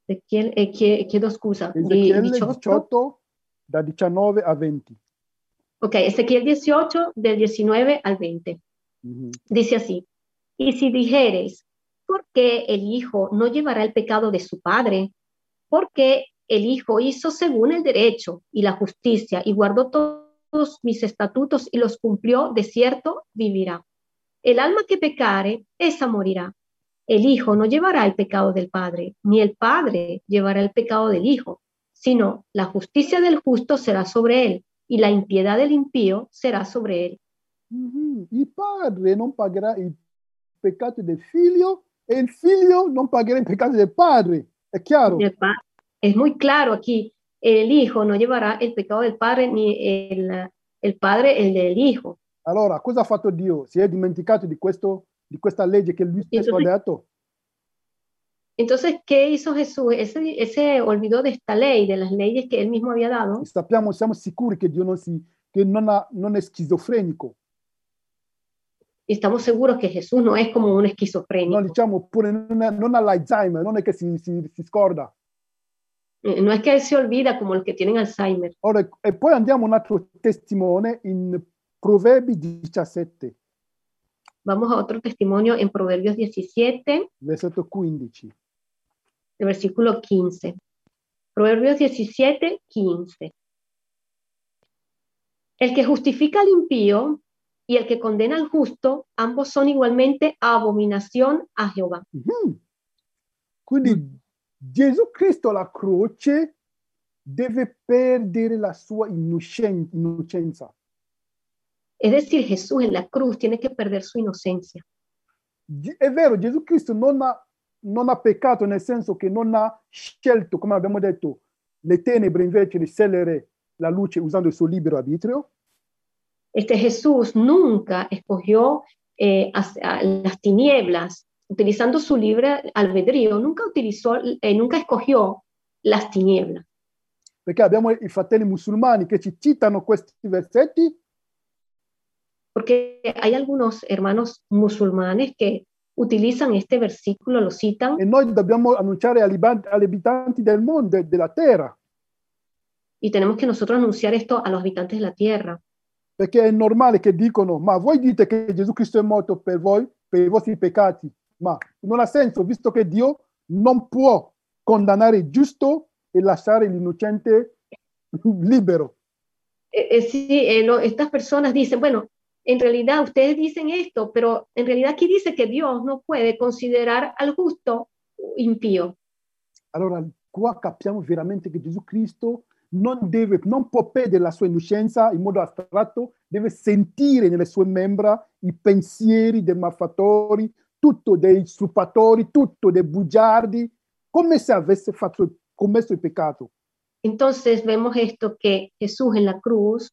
[SPEAKER 2] Ezequiel, eh, chie- chiedo scusa, di-
[SPEAKER 1] Ezechiele
[SPEAKER 2] 18.
[SPEAKER 1] 18, da 19 a 20.
[SPEAKER 2] Ok, Ezequiel 18, del 19 al 20.
[SPEAKER 1] Mhm.
[SPEAKER 2] Dice así, y si dijereis, ¿por qué el hijo no llevará el pecado de su padre? Porque el hijo hizo según el derecho y la justicia y guardó to- todos mis estatutos y los cumplió, de cierto vivirá. El alma que pecare, esa morirá. El hijo no llevará el pecado del padre, ni el padre llevará el pecado del hijo, sino la justicia del justo será sobre él y la impiedad del impío será sobre él.
[SPEAKER 1] Mhm. Il padre non pagherà il peccato del figlio e il figlio non pagherà il peccato del padre. È chiaro?
[SPEAKER 2] del pa- Es muy claro aquí, el hijo no llevará el pecado del padre ni el, el padre el del hijo.
[SPEAKER 1] Allora, cosa ha fatto Dio? Si è dimenticato di, questo, di questa legge che lui stesso ha
[SPEAKER 2] Gesù-
[SPEAKER 1] detto?
[SPEAKER 2] Entonces, ¿qué hizo Jesús? Él se, él se olvidó de esta ley, de las leyes que él mismo había dado.
[SPEAKER 1] E sappiamo, siamo sicuri che Dio non, si, che non, ha- non è schizofrenico.
[SPEAKER 2] Y estamos seguros que Jesús no es como un
[SPEAKER 1] No,
[SPEAKER 2] esquizofrénico.
[SPEAKER 1] diciamo, oppure non, è- non ha l'Alzheimer, non è che si, si- si scorda.
[SPEAKER 2] Eh, No es que él se olvida como el que tienen Alzheimer.
[SPEAKER 1] Ora, e poi andiamo un altro testimone in Proverbi 17,
[SPEAKER 2] Vamos a otro testimonio en Proverbios 17,
[SPEAKER 1] versetto 15.
[SPEAKER 2] el versículo 15. Proverbios 17, 15. El que justifica al impío y el que condena al justo, ambos son igualmente abominación a Jehová.
[SPEAKER 1] Mhm. Quindi Gesù Cristo alla croce deve perdere la sua innocen- innocenza.
[SPEAKER 2] Es decir, Jesús en la cruz tiene que perder su inocencia.
[SPEAKER 1] Ge- È vero, Gesù Cristo non ha, non ha peccato, nel senso che non ha scelto, come abbiamo detto, le tenebre invece di scegliere la luce usando il suo libero arbitrio,
[SPEAKER 2] Este Jesús nunca escogió eh, as- a- las tinieblas, utilizando su libre albedrío, nunca utilizó, eh, nunca escogió las tinieblas.
[SPEAKER 1] perché abbiamo i fratelli musulmani che ci citano questi versetti
[SPEAKER 2] porque hay algunos hermanos musulmanes que utilizan este versículo, lo citan,
[SPEAKER 1] e noi dobbiamo annunciare agli ban- agli abitanti del mondo e della terra,
[SPEAKER 2] y tenemos que nosotros anunciar esto a los habitantes de la tierra,
[SPEAKER 1] perché è normale che dicono, ma voi dite che Gesù Cristo è morto per voi, per i vostri peccati, ma non ha senso, visto che Dio non può condannare il giusto e lasciare l'innocente libero.
[SPEAKER 2] Eh, eh, sí, eh, lo- estas personas dicen, bueno, en realidad ustedes dicen esto, pero en realidad aquí dice que Dios no puede considerar al justo impío.
[SPEAKER 1] Allora, qua capiamo veramente che Gesù Cristo non, deve, non può perdere la sua innocenza in modo astratto, deve sentire nelle sue membra i pensieri dei malfattori, tutto dei stupatori, tutto dei bugiardi, come se avesse fatto- commesso il peccato.
[SPEAKER 2] Entonces vemos esto que Jesús en la cruz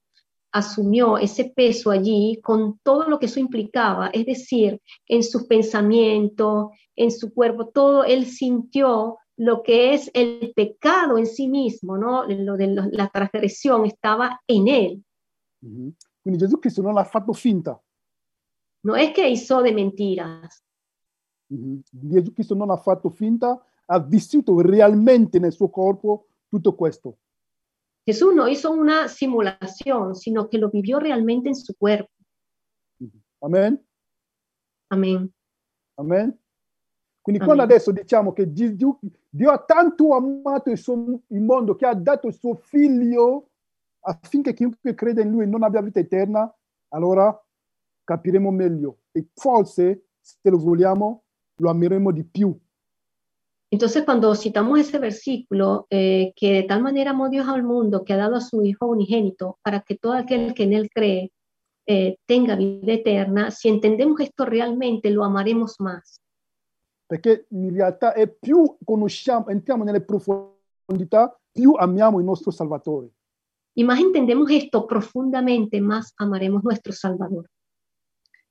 [SPEAKER 2] asumió ese peso allí con todo lo que eso implicaba, es decir, en sus pensamientos, en su cuerpo, todo él sintió lo que es el pecado en sí mismo, ¿no? Lo de lo- la transgresión estaba en él.
[SPEAKER 1] Quindi Gesù Cristo non l'ha fatto finta.
[SPEAKER 2] No es que hizo de mentiras,
[SPEAKER 1] Mhm. Gesù Cristo non ha fatto finta, ha vissuto realmente nel suo corpo tutto questo.
[SPEAKER 2] Jesús no hizo una simulación, sino que lo vivió realmente en su cuerpo.
[SPEAKER 1] Amen.
[SPEAKER 2] Amén.
[SPEAKER 1] Amen. Quindi quando adesso diciamo che Gesù, Dio ha tanto amato il, suo, il mondo che ha dato il suo figlio affinché chiunque crede in lui non abbia vita eterna, allora capiremo meglio e forse, se lo vogliamo, lo ameremo di più.
[SPEAKER 2] Entonces, cuando citamos ese versículo, eh, que de tal manera amó Dios al mundo que ha dado a su Hijo unigénito para que todo aquel que en Él cree eh, tenga vida eterna, si entendemos esto realmente, lo amaremos más.
[SPEAKER 1] Perché in realtà è più conosciamo, entriamo nelle profondità, più amiamo il nostro Salvatore.
[SPEAKER 2] Y más entendemos esto profundamente, más amaremos nuestro Salvador.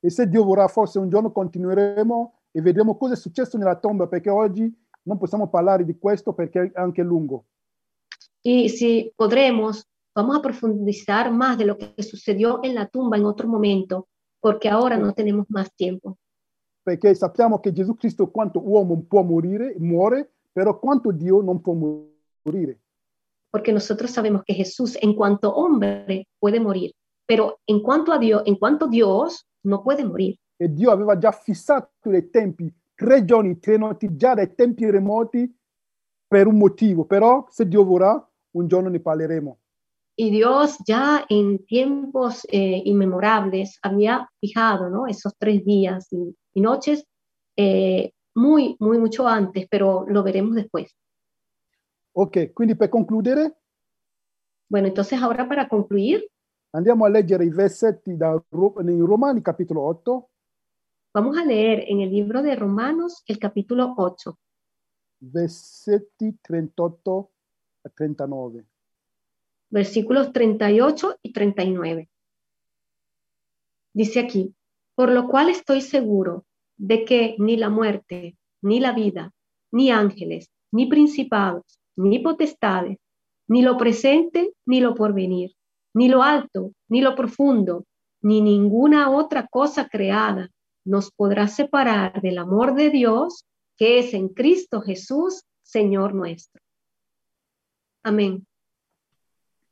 [SPEAKER 1] E se Dio vorrà, forse un giorno continueremo e vedremo cosa è successo nella tomba, perché oggi non possiamo parlare di questo perché è anche lungo.
[SPEAKER 2] Y si podremos, vamos a profundizar más de lo que sucedió en la tumba en otro momento, porque ahora no tenemos más tiempo.
[SPEAKER 1] Perché sappiamo che Gesù Cristo, quanto uomo può morire, muore, però quanto Dio non può morire.
[SPEAKER 2] Porque nosotros sabemos que Jesús, en cuanto hombre, puede morir, pero en cuanto a Dios, en cuanto Dios, no puede morir.
[SPEAKER 1] E Dio aveva già fissato dei tempi, tre giorni, tre notti, già dai tempi remoti, per un motivo. Però, se Dio vorrà, un giorno ne parleremo.
[SPEAKER 2] Y Dios ya en tiempos eh, inmemorables había fijado ¿no? esos tres días y, y noches eh, muy, muy, mucho antes, pero lo veremos después.
[SPEAKER 1] Ok, quindi per concludere,
[SPEAKER 2] Bueno, entonces ahora para concluir,
[SPEAKER 1] andiamo a leggere i versetti da, Ro- nei Romani capitolo 8,
[SPEAKER 2] vamos a leer en el libro de Romanos el capítulo 8,
[SPEAKER 1] versetti 38 a 39.
[SPEAKER 2] versículos 38 y 39. Dice aquí, por lo cual estoy seguro de que ni la muerte, ni la vida, ni ángeles, ni principados, ni potestades, ni lo presente, ni lo porvenir, ni lo alto, ni lo profundo, ni ninguna otra cosa creada nos podrá separar del amor de Dios que es en Cristo Jesús, Señor nuestro. Amén.